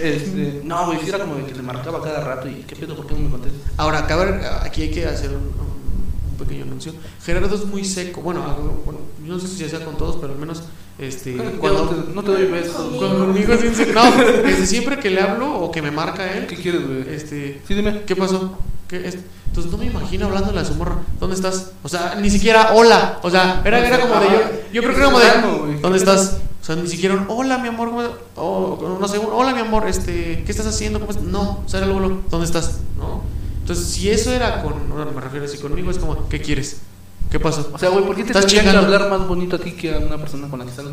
B: Este, no, güey, si era como de que le marcaba cada rato y qué pedo, ¿por qué no me contestas?
A: Ahora, acá aquí hay que hacer un, un pequeño anuncio. Gerardo es muy seco. Bueno, ah, bueno, yo no sé si sea con todos, pero al menos este,
B: Cuando
A: cuando,
B: te- no te doy besos.
A: cuando conmigo es bien seco. No, desde siempre que le hablo o que me marca
B: ¿Qué
A: él,
B: quieres, güey?
A: este,
B: Sí, dime.
A: ¿qué pasó? ¿Qué es? Entonces no me imagino hablándole a su morra. ¿Dónde estás? O sea, ni siquiera hola. O sea, era, era como de yo. Yo creo que era como de. ¿Dónde estás? O sea, ni siquiera un, hola, mi amor, ¿cómo- o no sé, un, hola, mi amor, este, ¿qué estás haciendo? ¿Cómo estás? No, o sea, era luego, luego, ¿dónde estás? No. Entonces, si eso era con, no me refiero así conmigo, es como, ¿qué quieres? ¿Qué pasó?
B: O sea, güey, ¿por qué te
A: ¿Estás
B: tendría que
A: chingando?
B: hablar más bonito a ti que a una persona con la que salgo?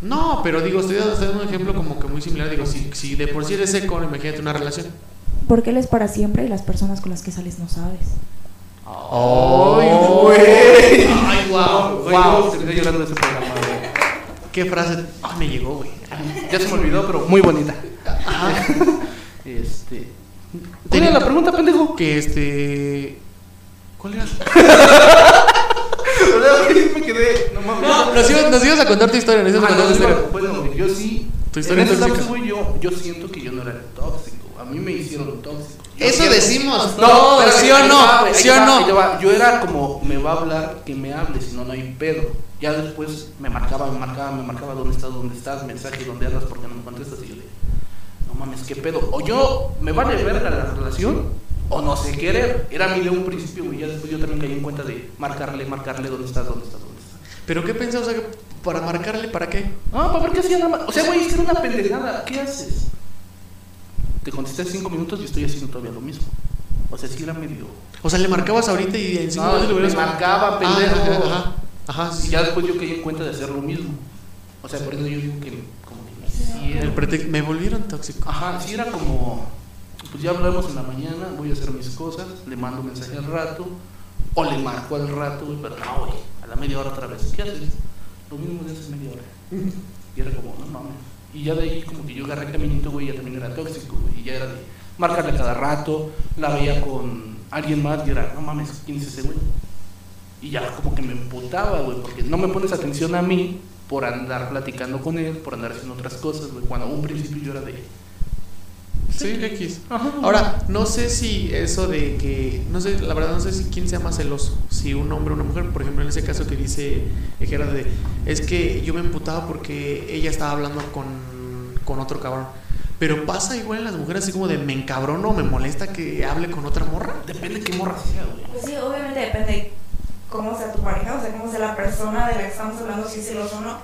A: No, pero digo, estoy dando estoy dando un ejemplo como que muy similar, digo, si, si de por sí eres seco, ahora imagínate una relación.
C: Porque él es para siempre y las personas con las que sales no sabes.
A: ¡Ay,
B: güey!
A: ¡Ay, wow!
B: Oh. Güey, no, terminé llorando ese programa, güey.
A: ¡Qué frase! ¡Ah, me llegó, güey!
B: Ya se me olvidó, pero muy bonita.
A: Ajá.
B: Este. ¿Cuál
A: Tenía-
B: era la pregunta, pendejo?
A: Que este... ¿Cuál era?
B: me quedé. No mames.
A: No, nos ibas, nos ibas a contar tu historia, nos ibas a
B: Ah,
A: contar tu
B: no,
A: historia.
B: iba- bueno, güey, yo sí.
A: Tu historia
B: en ese
A: tóxica.
B: lapso, güey, yo, yo siento que yo no era el tóxico. A mí me hicieron tóxico. Yo
A: Eso
B: siento-
A: decimos.
B: No,
A: No,
B: pero
A: sí o no, sí o no.
B: Yo era como, me va a hablar, que me hable, si no, no hay pedo. Ya después me marcaba, me marcaba, me marcaba, ¿dónde estás, dónde estás? Mensaje, ¿dónde andas? porque no me contestas? Y yo le no mames, ¿qué pedo? O yo, me vale verga la relación, o no sé querer. Era mi de un principio, güey. Ya después yo también caí en cuenta de marcarle, marcarle, ¿dónde estás, dónde estás, dónde estás?
A: Pero qué pensaba, o sea, que para marcarle, ¿para qué?
B: No, para ver qué hacía nada más. O sea, güey, es que era una pendejada. ¿Qué haces? Te contesté en cinco minutos y estoy haciendo todavía lo mismo. O sea, sí era medio.
A: O sea, le marcabas ahorita y en cinco
B: No,
A: minutos le hubieras-
B: me marcaba,
A: Ah,
B: pendejo.
A: ajá, ajá, ajá, sí,
B: Y
A: sí.
B: ya después yo caí en cuenta de hacer lo mismo. O sea, por eso yo digo que como que me hicieron.
A: El pretexto- me volvieron tóxico.
B: Ajá, sí era como, pues ya hablamos en la mañana, voy a hacer mis cosas, le mando mensaje al rato, o le marco al rato, güey, pero no, güey, a la media hora otra vez. ¿Qué haces? Lo mismo de hace media hora. Y era como, no mames. Y ya de ahí como que yo agarré caminito, güey, ya también era tóxico, güey, y ya era de marcarle a cada rato, la veía con alguien más y era, no mames, ¿quién es ese güey? Y ya como que me emputaba, güey, porque no me pones atención a mí por andar platicando con él, por andar haciendo otras cosas, güey, cuando a un principio yo era de...
A: Sí, X.
B: Ajá.
A: Ahora, no sé si eso de que, no sé, la verdad no sé si quién sea más celoso, si un hombre o una mujer, por ejemplo, en ese caso que dice eh, Gerardo de, es que yo me emputaba porque ella estaba hablando con, con otro cabrón. Pero pasa igual en las mujeres así como de me encabrono o me molesta que hable con otra morra.
B: Depende de qué morra sea, güey.
C: Pues sí, obviamente depende de cómo sea tu pareja, o sea, cómo sea la persona de la que estamos hablando, si es celoso o no.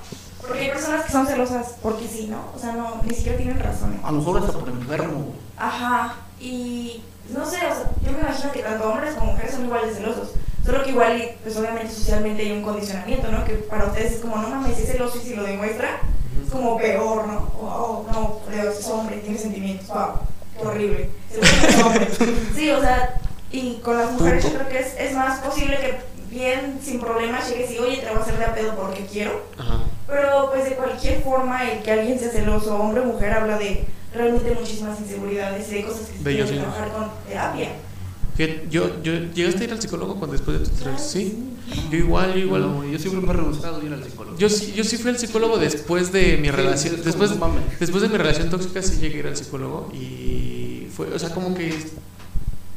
C: Porque hay personas que son celosas porque sí, ¿no? O sea, no, ni siquiera tienen razones.
B: A lo mejor hasta por enfermo, güey.
C: Ajá, y no sé, o sea, yo me imagino que tanto hombres como mujeres son igual de celosos. Solo que igual, y, pues obviamente socialmente hay un condicionamiento, ¿no? Que para ustedes es como, no mames, es celoso y si lo demuestra, es como peor, ¿no? O, oh, no, Dios, es hombre, tiene sentimientos, wow, qué horrible. Seguro que es hombre. Sí, o sea, y con las mujeres yo creo que es, es más posible que bien, sin problemas, llegues y, oye, te voy a hacer de a pedo porque quiero.
A: Ajá.
C: Pero pues de cualquier forma el que alguien sea celoso, hombre o mujer, habla de realmente muchísimas inseguridades y de cosas que se
A: De
C: tienen
A: ellos
C: que
A: mismos.
C: trabajar con terapia.
A: Fíjate, Yo, yo, ¿Llegaste a ir al psicólogo cuando después de tu entrevista? Sí. Yo igual, yo igual.
B: No, yo siempre me he rehusado ir al psicólogo.
A: Yo sí, yo sí fui al psicólogo después de mi
B: Sí,
A: relación.
B: es
A: Después,
B: como, no mames.
A: después de mi relación tóxica sí llegué a ir al psicólogo y fue, o sea, como que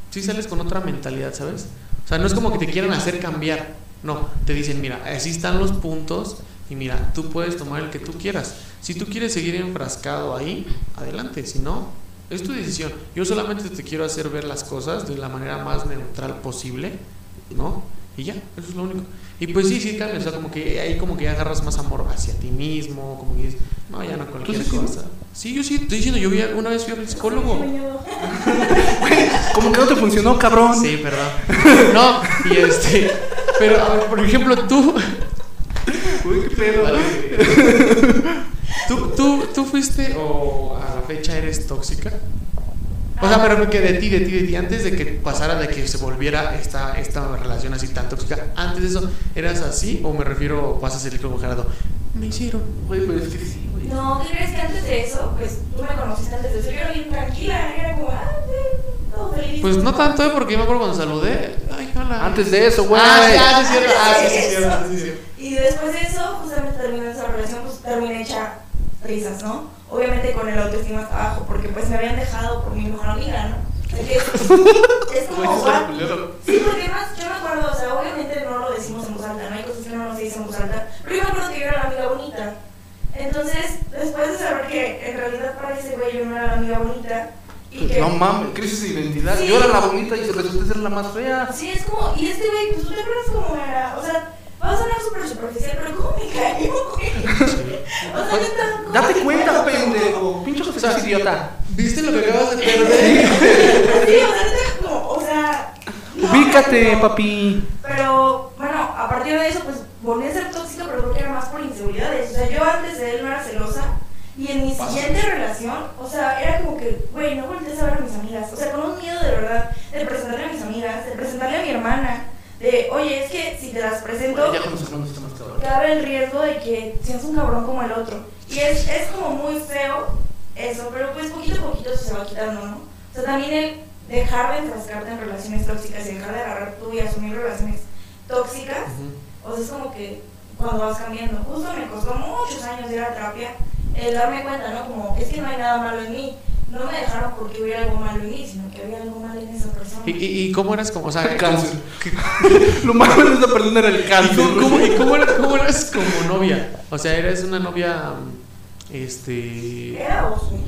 A: sí sales con otra mentalidad, ¿sabes? O sea, no es como que te quieran hacer cambiar. No, te dicen, mira, así están los puntos, Y mira, tú puedes tomar el que tú quieras. Si tú quieres seguir enfrascado ahí, adelante. Si no, es tu decisión. Yo solamente te quiero hacer ver las cosas de la manera más neutral posible, ¿no? Y ya, eso es lo único. Y pues sí, sí, cambia. O sea, como que ahí como que ya agarras más amor hacia ti mismo. Como que dices, no, ya no cualquier
B: sí,
A: cosa. Sí, yo sí, estoy diciendo, yo vi- una vez fui al psicólogo.
B: Como que no te funcionó, cabrón.
A: Sí, perdón. No, y este. Pero, a ver, por ejemplo, tú.
B: Uy, qué pedo.
A: ¿Tú, tú, tú fuiste o a la fecha eres tóxica? O sea, pero que de ti, de ti, de ti, antes de que pasara, de que se volviera esta, esta relación así tan tóxica, antes de eso, ¿eras así o me refiero, vas a salir como Gerardo? Me hicieron.
B: Güey, pero es que sí, güey.
C: No, ¿qué crees que antes de eso? Pues tú me conociste antes de eso. Yo era bien tranquila, era como, ah, sí, todo feliz.
A: Pues no tanto, ¿eh? porque yo me acuerdo cuando saludé. Ay, hola.
B: Antes de eso, güey.
A: Ah, sí, ah, sí, es cierto. Ah, sí, sí, es cierto, sí, es cierto.
C: Y después de eso, justamente terminó esa relación, pues terminé hecha risas, ¿no? Obviamente con el autoestima hasta abajo, porque pues me habían dejado por mi mejor amiga, ¿no? O sea, que
A: Pues,
C: es como, "Ah, what? Sí, porque además yo me acuerdo, o sea, obviamente no lo decimos en voz alta, no hay cosas que no nos dicen en voz alta, pero yo me acuerdo que yo era la amiga bonita. Entonces, después de saber que en realidad para ese güey yo no era la amiga bonita, y que...
B: Pues No mames, crisis de identidad.
C: Sí.
B: Yo era la bonita y resulté ser la más fea.
C: Sí, es como, y este güey, pues tú te acuerdas cómo era, o sea, va a sonar súper superficial, pero ¿cómo me cayó, güey? O sea, neta, ¿cómo
B: Date
C: te
B: cuenta,
C: acuerdas?
B: pendejo. Pinche José es idiota.
A: ¿Viste lo que acabas de perder?
C: Sí, o sea, neta, como, o sea... no,
B: Ubícate,
C: no.
B: papi.
C: Pero bueno, a partir de eso, pues volví a ser tóxica, pero creo que era más por inseguridades. O sea, yo antes de él no era celosa. Y en mi siguiente relación, o sea, era como que, güey, no voltees a ver a mis amigas. O sea, con un miedo de verdad de presentarle a mis amigas, de presentarle a mi hermana. De, oye, es que si te las presento,
B: Ya con los hermanos está más cabrón.
C: cabe el riesgo de que seas un cabrón como el otro. Y es, es como muy feo eso, pero pues poquito a poquito se va quitando, ¿no? O sea, también el dejar de enfrascarte en relaciones tóxicas y dejar de agarrar tú y asumir relaciones tóxicas, o sea, es como que cuando vas cambiando. Justo me costó muchos años ir a terapia el darme cuenta, ¿no? Como, es que no hay nada malo en mí. No me dejaron porque hubiera algo malo en mí, sino que había algo malo en esa persona.
A: ¿Y, y, y cómo eras como, o sea, como-
B: Cáncer. Lo malo de esta persona era el
A: ¿Y
B: cáncer.
A: cómo, cómo- y cómo eras, cómo eras como novia? O sea, eres una novia. mm, Este.
C: Era vos, güey.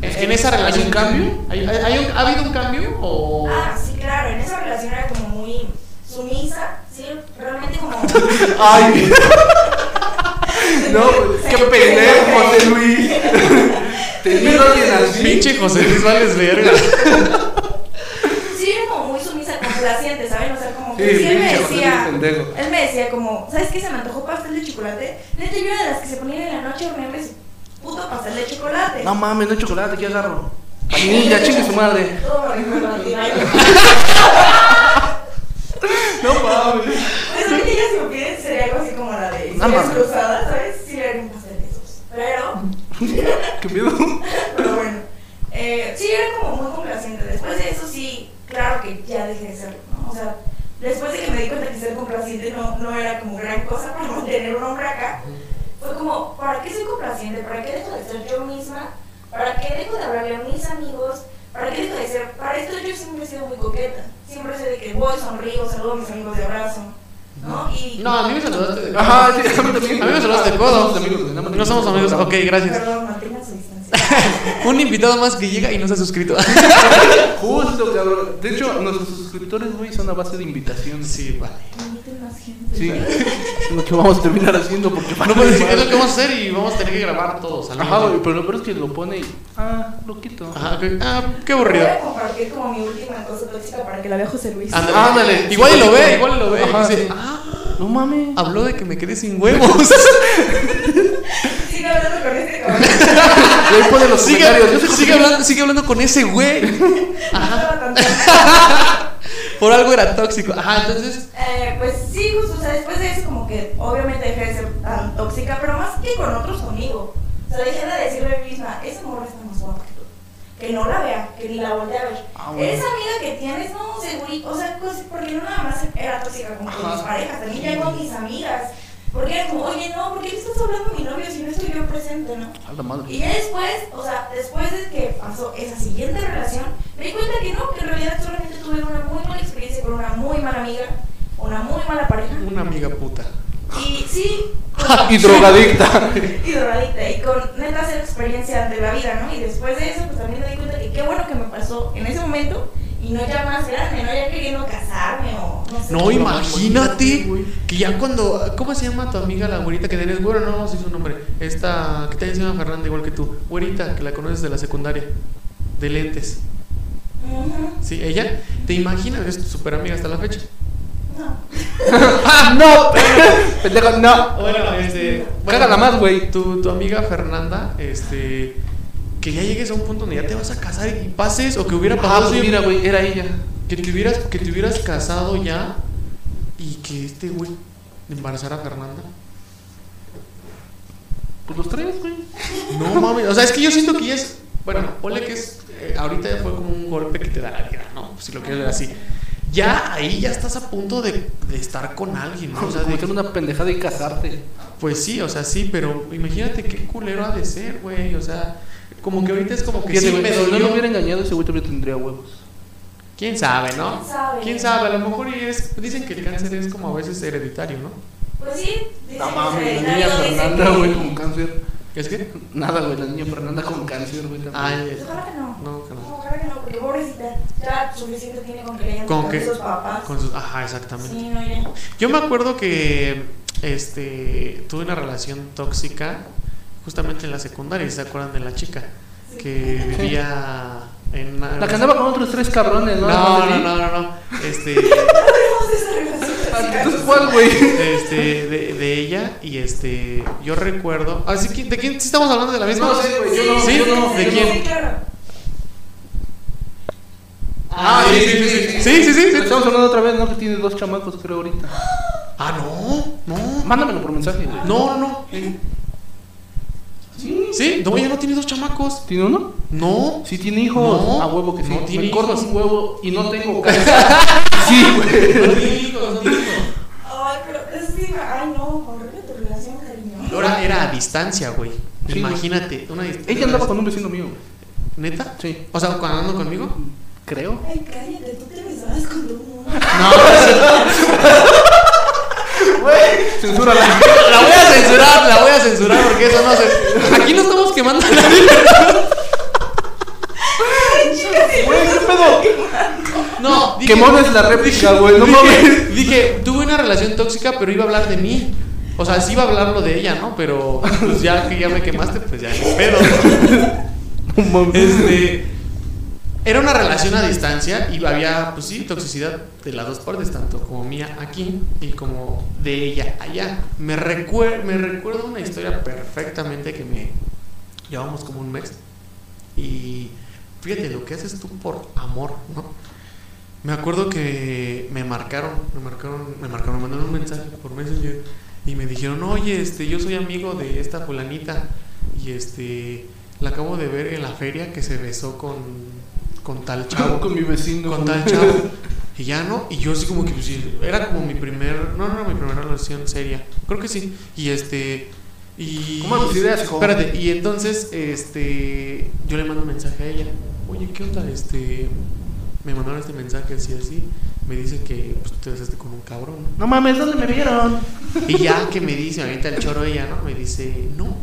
A: En esa relación,
B: ¿Hay un cambio?
A: ¿Hay, hay- hay un- ¿Ha habido un cambio? O...
C: Ah, sí, claro, en esa relación era como muy sumisa, sí, realmente como...
B: Ay, no,
A: pues,
B: qué pendejo, José Luis. Te digo alguien así.
A: Pinche José Luis Vales Verga.
C: Sí, era como muy sumisa, complaciente, ¿saben? O sea, como
B: Sí,
C: que sí,
B: pinche
C: él me
B: José Luis
C: decía...
B: pendejo.
C: Él me decía como, ¿sabes qué? Se me antojó pastel de chocolate. Neta, yo era de las que se ponían en la noche a hornearme su puto pastel de chocolate.
B: No mames, no hay chocolate, ¿qué agarro? Vainilla, chingue su madre.
C: Todo lo que me imaginaba.
B: No mames.
C: Pues ahorita ya si me piden sería algo así como la de
B: No
C: historias
B: mames.
C: cruzadas, ¿sabes? Sí, era un pastel de esos. Pero...
B: ¿Qué pedo?
C: Pero bueno, eh, sí, era como muy complaciente. Después de eso, sí, claro que ya dejé de serlo, ¿no? O sea, después de que me di cuenta que ser complaciente no, no era como gran cosa para mantener un hombre acá, fue como, ¿para qué soy complaciente? ¿Para qué dejo de ser yo misma? ¿Para qué dejo de hablarle a mis amigos? ¿Para qué dejo de ser? Para esto yo siempre he sido muy coqueta. Siempre soy de que voy, sonrío, saludo a mis amigos de abrazo, ¿no? Y,
A: No, a mí me saludaste de
B: Ajá, sí, a mí también.
A: A mí me saludaste de codo.
B: No somos amigos, nada más.
A: No somos amigos. Ok, gracias.
C: Perdón, mantengan su distancia.
A: Un invitado más que llega y no se ha suscrito.
B: Justo, cabrón. De hecho, nuestros suscriptores, güey, son a base de invitaciones.
A: Sí, vale.
C: Inviten más gente.
B: Sí. Lo que vamos a terminar haciendo porque
A: No puedes decir, es lo que vamos a hacer y vamos a tener que grabar todos. al
B: Ajá,
A: mismo
B: güey,
A: tiempo.
B: pero lo peor es que lo pone y. Ah, lo quito.
A: Ajá, ok. Ah, qué
C: Voy
A: aburrido.
C: a compartir como mi última cosa tóxica para que la vea José Luis.
A: Ándale.
B: Ándale.
A: Igual y lo ve, igual y lo ve.
B: Ajá,
A: y dice,
B: sí.
A: ah,
B: No mames.
A: habló de que me quedé sin huevos.
C: Sigue hablando con este cabrón.
B: Y ahí pone los
A: sigue,
B: comentarios. Yo soy
A: sigue hablando, sigue hablando con ese güey.
C: Estaba tan tonta.
A: Por algo era tóxico. Ajá, entonces.
C: Eh, pues sí, justo, o sea, después de eso como que obviamente dejé de ser tan tóxica, pero más que con otros conmigo. O sea, dejé de decirle a mí misma, esa morra está más guapa que tú. Que no la vea, que ni la voltee a ver.
B: Ah, bueno.
C: Esa amiga que tienes, no, segurito, o sea, cosas- porque no nada más era tóxica como con
B: Ajá.
C: mis parejas, también ya con mis amigas. Porque era como, oye, no, ¿por qué le estás hablando a mi novio si no estoy yo presente, no?
B: A la madre.
C: Y ya después, o sea, después de que pasó esa siguiente relación, me di cuenta que no, que en realidad solamente tuve una muy mala experiencia con una muy mala amiga, una muy mala pareja.
A: Una amiga puta.
C: Y sí,
D: y drogadicta.
C: y drogadicta y con neta hacer experiencia de la vida, ¿no? Y después de eso, pues también me di cuenta que qué bueno que me pasó en ese momento y no ya más grande, no ya queriendo casarme o no sé.
A: No,
C: qué.
A: imagínate que ya cuando. ¿Cómo se llama tu amiga la güerita que tenés? Güero, no, no sé su nombre. Esta que también se llama Fernanda, igual que tú. Güerita, que la conoces de la secundaria. De lentes.
C: Ujú.
A: Sí, ella. ¿Te imaginas? Es tu super amiga hasta la fecha.
C: No.
B: Ah,
D: ¡No! Pendejo, no.
A: Bueno, este.
D: Cágala más, güey.
A: Tu, tu amiga Fernanda, este. Que ya llegues a un punto donde ya te vas a casar y pases, o que hubiera
B: Ah,
A: pasado.
B: pues
A: si-
B: mira, güey, era ella.
A: que, te hubieras, que te hubieras casado ya y que este güey embarazara a Fernanda.
B: Pues los tres, güey.
A: No mames, o sea, es que yo siento que ya es. Bueno, ponle que es. eh, ahorita fue como un golpe que te da la vida, ¿no? Si lo quieres ver así. Ya ahí ya estás a punto de, de estar con alguien, ¿no? O sea, de-
B: cometer una pendejada y casarte.
A: pues sí, o sea, sí, pero imagínate qué culero ha de ser, güey. O sea, como que ahorita es como que
B: Fíjate,
A: sí
B: güey,
A: me
B: si no lo
A: dolió.
B: hubiera engañado, ese güey todavía tendría huevos.
A: ¿Quién sabe, no?
C: ¿Quién sabe?
A: ¿Quién sabe? A lo mejor y es. Dicen que el cáncer es como a veces hereditario, ¿no?
C: Pues sí, dice
B: No
C: que
B: mames, la niña
C: sanitario, dice
B: Fernanda,
C: que-
B: güey, con cáncer.
A: ¿Es que?
B: Nada, güey, la niña Fernanda con cáncer, güey. también.
A: Ay,
C: Pues ojalá que no.
A: no, que
C: No,
A: no.
C: ojalá que no, porque pobrecita, ya suficiente tiene con que le hayan
A: Con
C: tocado
A: que-
C: sus papás.
A: Con sus- Ajá, exactamente.
C: Sí, no, ya.
A: Yo me acuerdo que este tuve una relación tóxica justamente en la secundaria, ¿y ¿se acuerdan de la chica
C: Sí.
A: que vivía en una-
B: La que andaba con otros tres cabrones, ¿no?
A: No,
B: ¿Sí?
A: no, no, no, no. Este
C: Hablemos de esa relación
B: Ah,
C: tóxica.
B: Entonces, ¿cuál, güey?
A: este de, de ella y este yo recuerdo, así que de quién sí estamos hablando de la misma?
B: No sé, güey, yo no,
A: ¿Sí?
B: yo no,
A: ¿De
B: yo
A: quién?
C: Sí, claro.
B: Ah, sí, sí, sí, sí.
A: Sí, sí, sí, sí.
B: Estamos hablando otra vez, ¿no? Que tiene dos chamacos, creo, ahorita.
A: Ah, no. No.
B: Mándamelo por mensaje, güey.
A: No, no, no. Eh,
B: ¿Sí?
A: Sí, no, ella no tiene dos chamacos.
B: ¿Tiene uno?
A: No.
B: Sí tiene hijos.
A: No,
B: a huevo que sí.
A: no tiene
B: Me corto
A: hijos.
B: un huevo y no tengo cáncer. sí, güey.
C: Ay, pero es que, ay, no, horrible tu relación, cariño.
A: Ahora era a distancia, güey.
B: Sí,
A: Imagínate, una distancia.
B: Ella andaba con un vecino mío, güey.
A: ¿Neta?
B: Sí.
A: O sea, cuando ando conmigo.
B: Creo.
C: Ay, cállate, tú te besabas con tu mundo.
B: Censúrala.
A: La voy a censurar, la voy a censurar porque eso no se. Aquí no estamos quemando a nadie.
B: Güey, ¿qué pedo?
A: No, dije,
B: Quemón es la réplica, güey. No
A: dije,
B: mames.
A: dije, tuve una relación tóxica, pero iba a hablar de mí. O sea, sí iba a hablar lo de ella, ¿no? Pero pues ya que ya me quemaste, pues ya ni pedo.
B: No mames.
A: Este. Era una relación a distancia y había, pues sí, toxicidad de las dos partes, tanto como mía aquí y como de ella allá. Me, recuer- me recuerdo una historia perfectamente que me llevamos como un mes. Y fíjate lo que haces tú por amor, ¿no? Me acuerdo que me marcaron, me marcaron, me marcaron, me mandaron un mensaje por Messenger y me dijeron, oye, este, yo soy amigo de esta fulanita y este, la acabo de ver en la feria que se besó con, con tal chavo
B: ah, Con mi vecino.
A: con
B: güey.
A: tal chavo. Y ya no, y yo así como que pues, sí, era como mi primer, no, no era mi primera relación seria, creo que sí. Y este y
B: ¿Cómo tus ideas, hijo?
A: Espérate, y entonces este yo le mando un mensaje a ella. Oye, ¿qué onda? Este me mandaron este mensaje así así. Me dice que pues, tú te besaste con un cabrón.
B: No mames, ¿dónde me vieron?
A: Y ya que me dice, ahorita el choro ella, ¿no? Me dice, "No."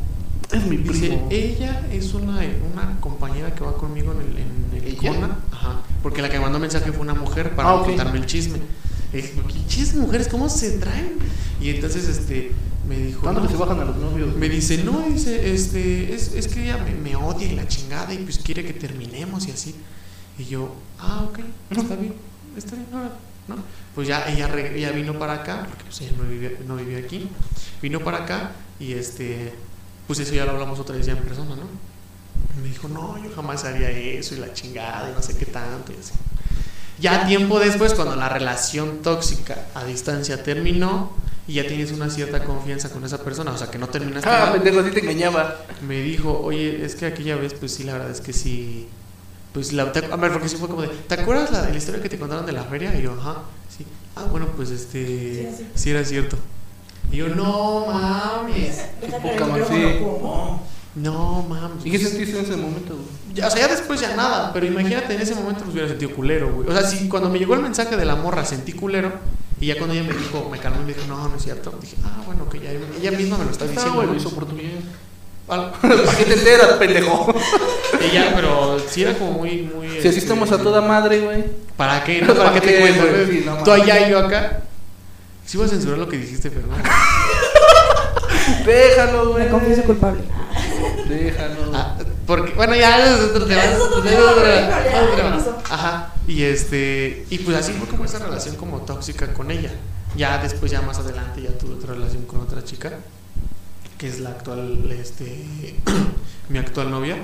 B: Es mi
A: Dice,
B: primo.
A: ella es una, una compañera que va conmigo en el, en el
B: ¿Ella?
A: Icona. Ajá. Porque la que mandó mensaje fue una mujer para
B: Ah, ok.
A: contarme el chisme. Y dije, ¿qué chisme, mujeres? ¿Cómo se traen? Y entonces este me dijo.
B: ¿Cuándo
A: "No,
B: que se bajan a los novios?
A: me dice, no, dice, este, es, es que ella me, me odia y la chingada y pues quiere que terminemos y así. Y yo, ah, ok, está bien, está bien, ahora, ¿no? Pues ya ella, reg- ella vino para acá, porque pues ella no vivía, no vivía aquí, vino para acá y este, pues eso ya lo hablamos otra vez ya en persona, ¿no? Y me dijo, no, yo jamás haría eso y la chingada y no sé qué tanto y así. Ya tiempo después, cuando la relación tóxica a distancia terminó y ya tienes una cierta confianza con esa persona, o sea, que no terminaste
B: Ah,
A: mal,
B: pendejo, así te engañaba.
A: me dijo, oye, es que aquella vez, pues sí, la verdad es que sí. Pues la. te- a ver, porque sí fue como de. ¿Te acuerdas la, de la historia que te contaron de la feria? Y yo, ajá, sí. Ah, bueno, pues
C: Sí,
A: este.
C: era cierto.
A: Sí, era cierto. Y yo, no mames.
C: Deja que
B: Poca
C: el
B: man, sí.
C: micrófono, ¿cómo?
A: No mames.
B: ¿Y qué sentiste en ese momento, güey?
A: Ya, o sea, ya después ya nada, pero imagínate, en ese momento pues hubiera sentido culero, güey. O sea, si cuando me llegó el mensaje de la morra sentí culero, Y ya cuando ella me dijo, me calmó y me dijo, no, no es cierto. Dije, ah, bueno, que ya ella misma me lo está
B: Está
A: diciendo.
B: bueno,
A: ¿no?
B: lo hizo por tu bien.
A: Al-
D: ¿Para qué te enteras, pendejo?
A: Ella, pero sí era como muy, muy.
B: Si así estamos a
A: este,
B: toda madre, güey.
A: ¿Para qué? no? ¿Para,
D: ¿Para
A: qué te
D: qué,
A: cuento?
D: güey?
A: güey?
B: Sí, no
A: Tú
B: mames.
A: allá y yo acá. Sí voy a censurar lo que dijiste, Fernando.
B: Déjalo, güey.
E: Me confieso culpable.
B: Déjalo.
A: Ah, porque, bueno, ya es otro tema.
C: Es otro
A: es
C: tema,
A: otro
C: pero
A: tema,
C: híjole,
A: otro
C: ya,
A: tema.
C: ¿qué pasó?
A: Ajá. Y este, y pues así fue como esa relación como tóxica con ella. Ya después, ya más adelante, ya tuve otra relación con otra chica, que es la actual, este, mi actual novia.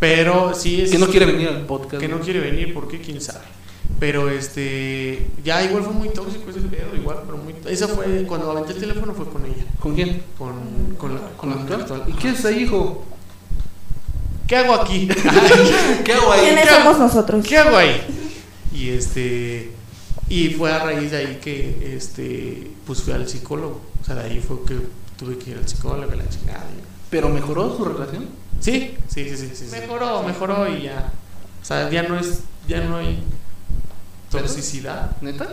A: Pero sí es
B: Que no quiere venir al podcast.
A: que no quiere venir, porque quién sabe. Pero este, ya igual fue muy tóxico ese pedo, igual, pero muy. Esa fue cuando aventé el teléfono fue con ella,
B: ¿Con quién?
A: con, con la,
B: ¿Con la actual? ¿Y
A: ¿Y
B: qué
A: qué,
B: es ahí, hijo?
A: qué hago aquí?
B: ¿Qué hago ahí?
E: ¿Quiénes
A: ¿qué?
E: somos nosotros?
A: ¿Qué hago ahí? Y este y fue a raíz de ahí que este pues fui al psicólogo. O sea, de ahí fue que tuve que ir al psicólogo, la chingada. y-
B: ¿Pero mejoró su relación?
A: Sí, sí, sí, sí, sí, sí. Mejoró, mejoró y ya. O sea, ya no es ya no hay toxicidad.
B: ¿Neta?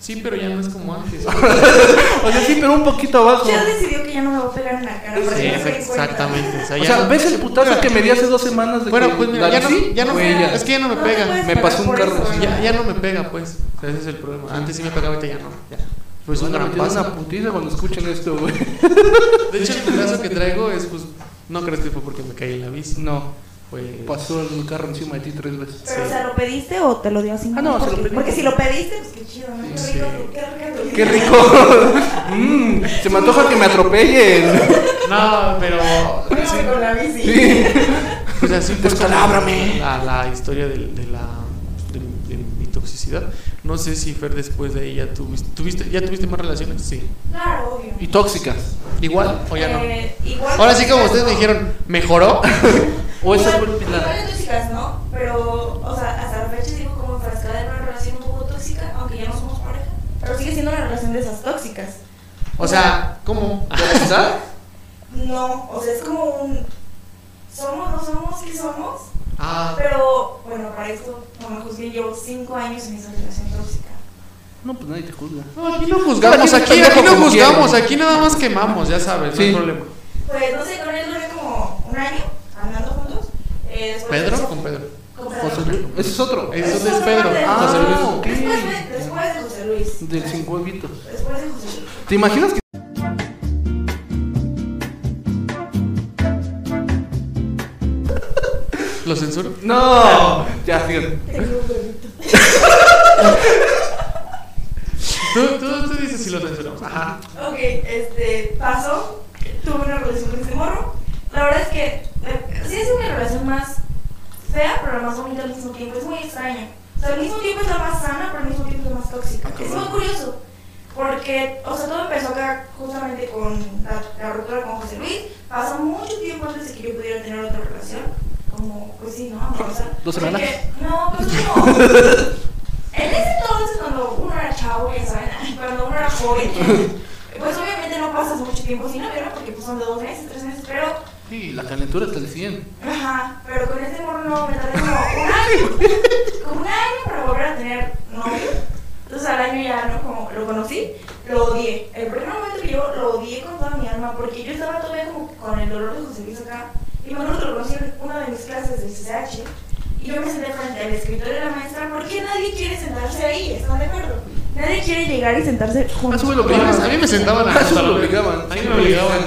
A: Sí, pero ya no es como antes.
B: O sea, sí, pero un poquito abajo.
C: Ya decidió que ya no me va a pegar en la cara. porque
A: Sí,
C: no me di cuenta.
A: exactamente. O sea,
B: O
A: ya
B: sea,
A: no-
B: ¿ves el putazo que me di hace dos semanas? De
A: Bueno,
B: que-
A: pues mira,
B: ¿Dale,
A: ya no,
B: sí?
A: ya no
B: Güey, ya.
A: es que ya no me
C: No te
A: pega.
C: puedes
B: Me
C: pagar
B: pasó un
C: por
B: carro,
C: eso,
B: sí,
A: Ya,
C: ¿no?
A: ya no me pega, pues. O sea, ese es el problema. Antes sí me pegaba, ahorita ya no. Ya. Pues
B: Van
A: un
B: a
A: gran
B: meter
A: paso.
B: una putiza cuando escuchen esto, güey.
A: De hecho, el putazo que traigo es, pues, no crees que fue porque me caí en la bici.
B: No,
A: Fue.
B: pasó el carro encima de ti tres veces.
C: Pero,
A: Sí.
C: o sea, ¿lo pediste o te lo dio así?
B: Ah, no, se lo
C: porque,
B: pedí.
C: Porque si lo pediste, pues qué chido, ¿no? Qué
A: Sí.
C: rico, qué rica tu vida.
B: ¡Qué rico! Mm, se me antoja que me atropellen.
A: No, pero. pues
C: Pero
A: sí,
C: con la bici.
B: Sí.
A: Pues así fue como
B: Descalábrame.
A: La, la historia de, de la. De, de mi toxicidad. No sé si Fer después de ella tuviste, tuviste. ¿Ya tuviste más relaciones? Sí.
C: Claro, obvio.
B: Y tóxicas.
A: ¿Igual o ya no?
C: Eh, igual
A: Ahora sí, como ustedes me dijeron, "Oh, ¿mejoró?
B: O esa fue
C: igual,
B: el
C: igual
B: pilar.
C: en tóxicas, ¿no? Pero, o sea, hasta la fecha sigo como enfrascada en una relación un poco tóxica, aunque ya no somos pareja. Pero sigue siendo una relación de esas tóxicas.
A: O sea, ¿cómo?
C: No, o sea, es como un. Somos, no somos, sí somos.
A: Ah,
C: Pero, bueno, para esto, no me juzgué, llevo cinco años en esa relación tóxica.
B: No, pues nadie te juzga.
A: No, aquí no juzgamos, aquí, aquí no juzgamos, aquí nada más quemamos, ya sabes,
B: Sí.
A: no hay problema.
C: Pues no sé, con él duré como un año andando juntos. Eh, después
A: ¿Pedro? Con Pedro.
C: Con Pedro.
B: José Luis. Ese es otro.
A: Ese es
C: Después
A: de
C: de
A: Pedro.
C: Pedro.
A: José Luis.
B: Ah, ok.
C: Después de, después de José Luis.
B: Del cinco huevitos.
C: Después de José Luis.
B: ¿Te imaginas que.?
A: ¿Lo censuro?
B: No, ya, fíjate.
A: Tú, tú, tú dices si lo censuramos. Ajá.
C: Ok, este, pasó, tuve una relación con este morro. La verdad es que eh, sí es una relación más fea, pero la más bonita al mismo tiempo. Es muy extraña. O sea, al mismo tiempo es la más sana, pero al mismo tiempo es la más tóxica.
B: Ah,
C: Es
B: cabrón.
C: muy curioso. Porque, o sea, todo empezó acá justamente con la, la ruptura con José Luis. Pasó mucho tiempo antes de que yo pudiera tener otra relación. Como, pues sí, ¿no? Amorosa.
B: Dos semanas.
C: Porque- No, pues como. En ese entonces, cuando uno era chavo, ya saben, cuando uno era joven, pues obviamente no pasas mucho tiempo sin novio, ¿no? Porque pues son de dos meses, tres meses, pero,
B: Sí, la calentura está al 100.
C: ajá, pero con este morro no, me tardé como un año, como un año para volver a tener novio. Entonces al año ya, ¿no? Como lo conocí, lo odié. El primer momento que yo lo odié con toda mi alma, porque yo estaba todavía como con el dolor de José Luis acá. Y me acuerdo que lo conocí en una de mis clases del CCH. Y yo me senté frente al escritorio de la maestra porque nadie quiere sentarse ahí, ¿están de acuerdo? Nadie quiere llegar y sentarse juntos.
B: Ah, súbelo,
A: A mí me- a mí me sentaban a
B: Ah, eso lo
A: pantalón.
B: obligaban.
A: A mí me obligaban.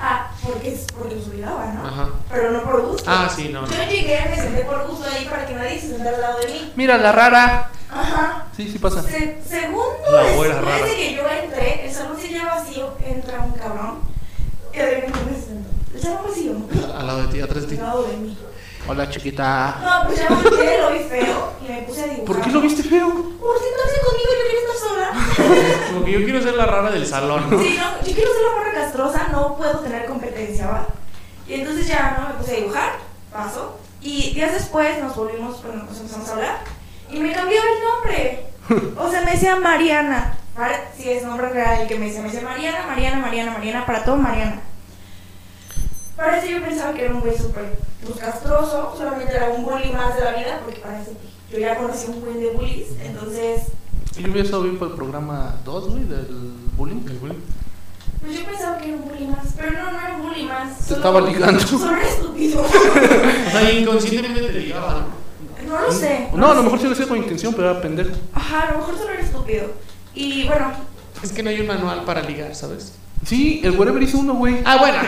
C: Ah, porque, es- porque los obligaba, ¿no?
A: Ajá.
C: Pero no por gusto.
A: Ah, sí, no, no.
C: Yo llegué, me senté por gusto ahí para que nadie se sentara al lado de mí.
B: Mira, la rara.
C: Ajá.
B: Sí, sí pasa.
C: Se- segundo
A: La abuela
C: después
A: rara.
C: de que yo entré, el salón seguía vacío, entra un cabrón y adivinen quién me sentó. El salón vacío,
A: Al lado de ti, atrás de
C: al
A: ti.
C: lado de mí.
B: Hola, chiquita.
C: No, pues ya volteé, lo vi feo y me puse a dibujar.
B: ¿Por qué lo viste feo?
C: Por sentarse conmigo, yo quería estar sola.
A: Como que yo quiero ser la rara del salón, ¿no?
C: Sí, no, yo quiero ser la morra castrosa, no puedo tener competencia, ¿va? Y entonces ya, ¿no? Me puse a dibujar, paso. Y días después nos volvimos, bueno, nos empezamos a hablar. Y me cambió el nombre. O sea, me decía Mariana. Para- Sí, es nombre real el que me dice. Me dice Mariana, Mariana, Mariana, Mariana, para todo Mariana. Para eso yo pensaba que era un güey súper pues, castroso, solamente era un bully más de la vida, porque para eso yo ya conocí un buen de bullies, entonces
B: Si yo hubiera estado bien para el programa 2, güey, del bullying.
A: ¿El bullying?
C: Pues yo pensaba que era un bully más, pero no, no era un bully más.
B: Te estaba ligando.
C: Solo era estúpido.
A: O sea, inconscientemente te llegaba, ¿no?
C: No lo sé.
B: No, a lo mejor sí lo hacía con intención, pero era pendejo.
C: Ajá, a lo mejor solo era estúpido. Y bueno,
A: Es que no hay un manual para ligar, ¿sabes?
B: Sí, el wherever hizo uno, güey.
A: Ah, bueno.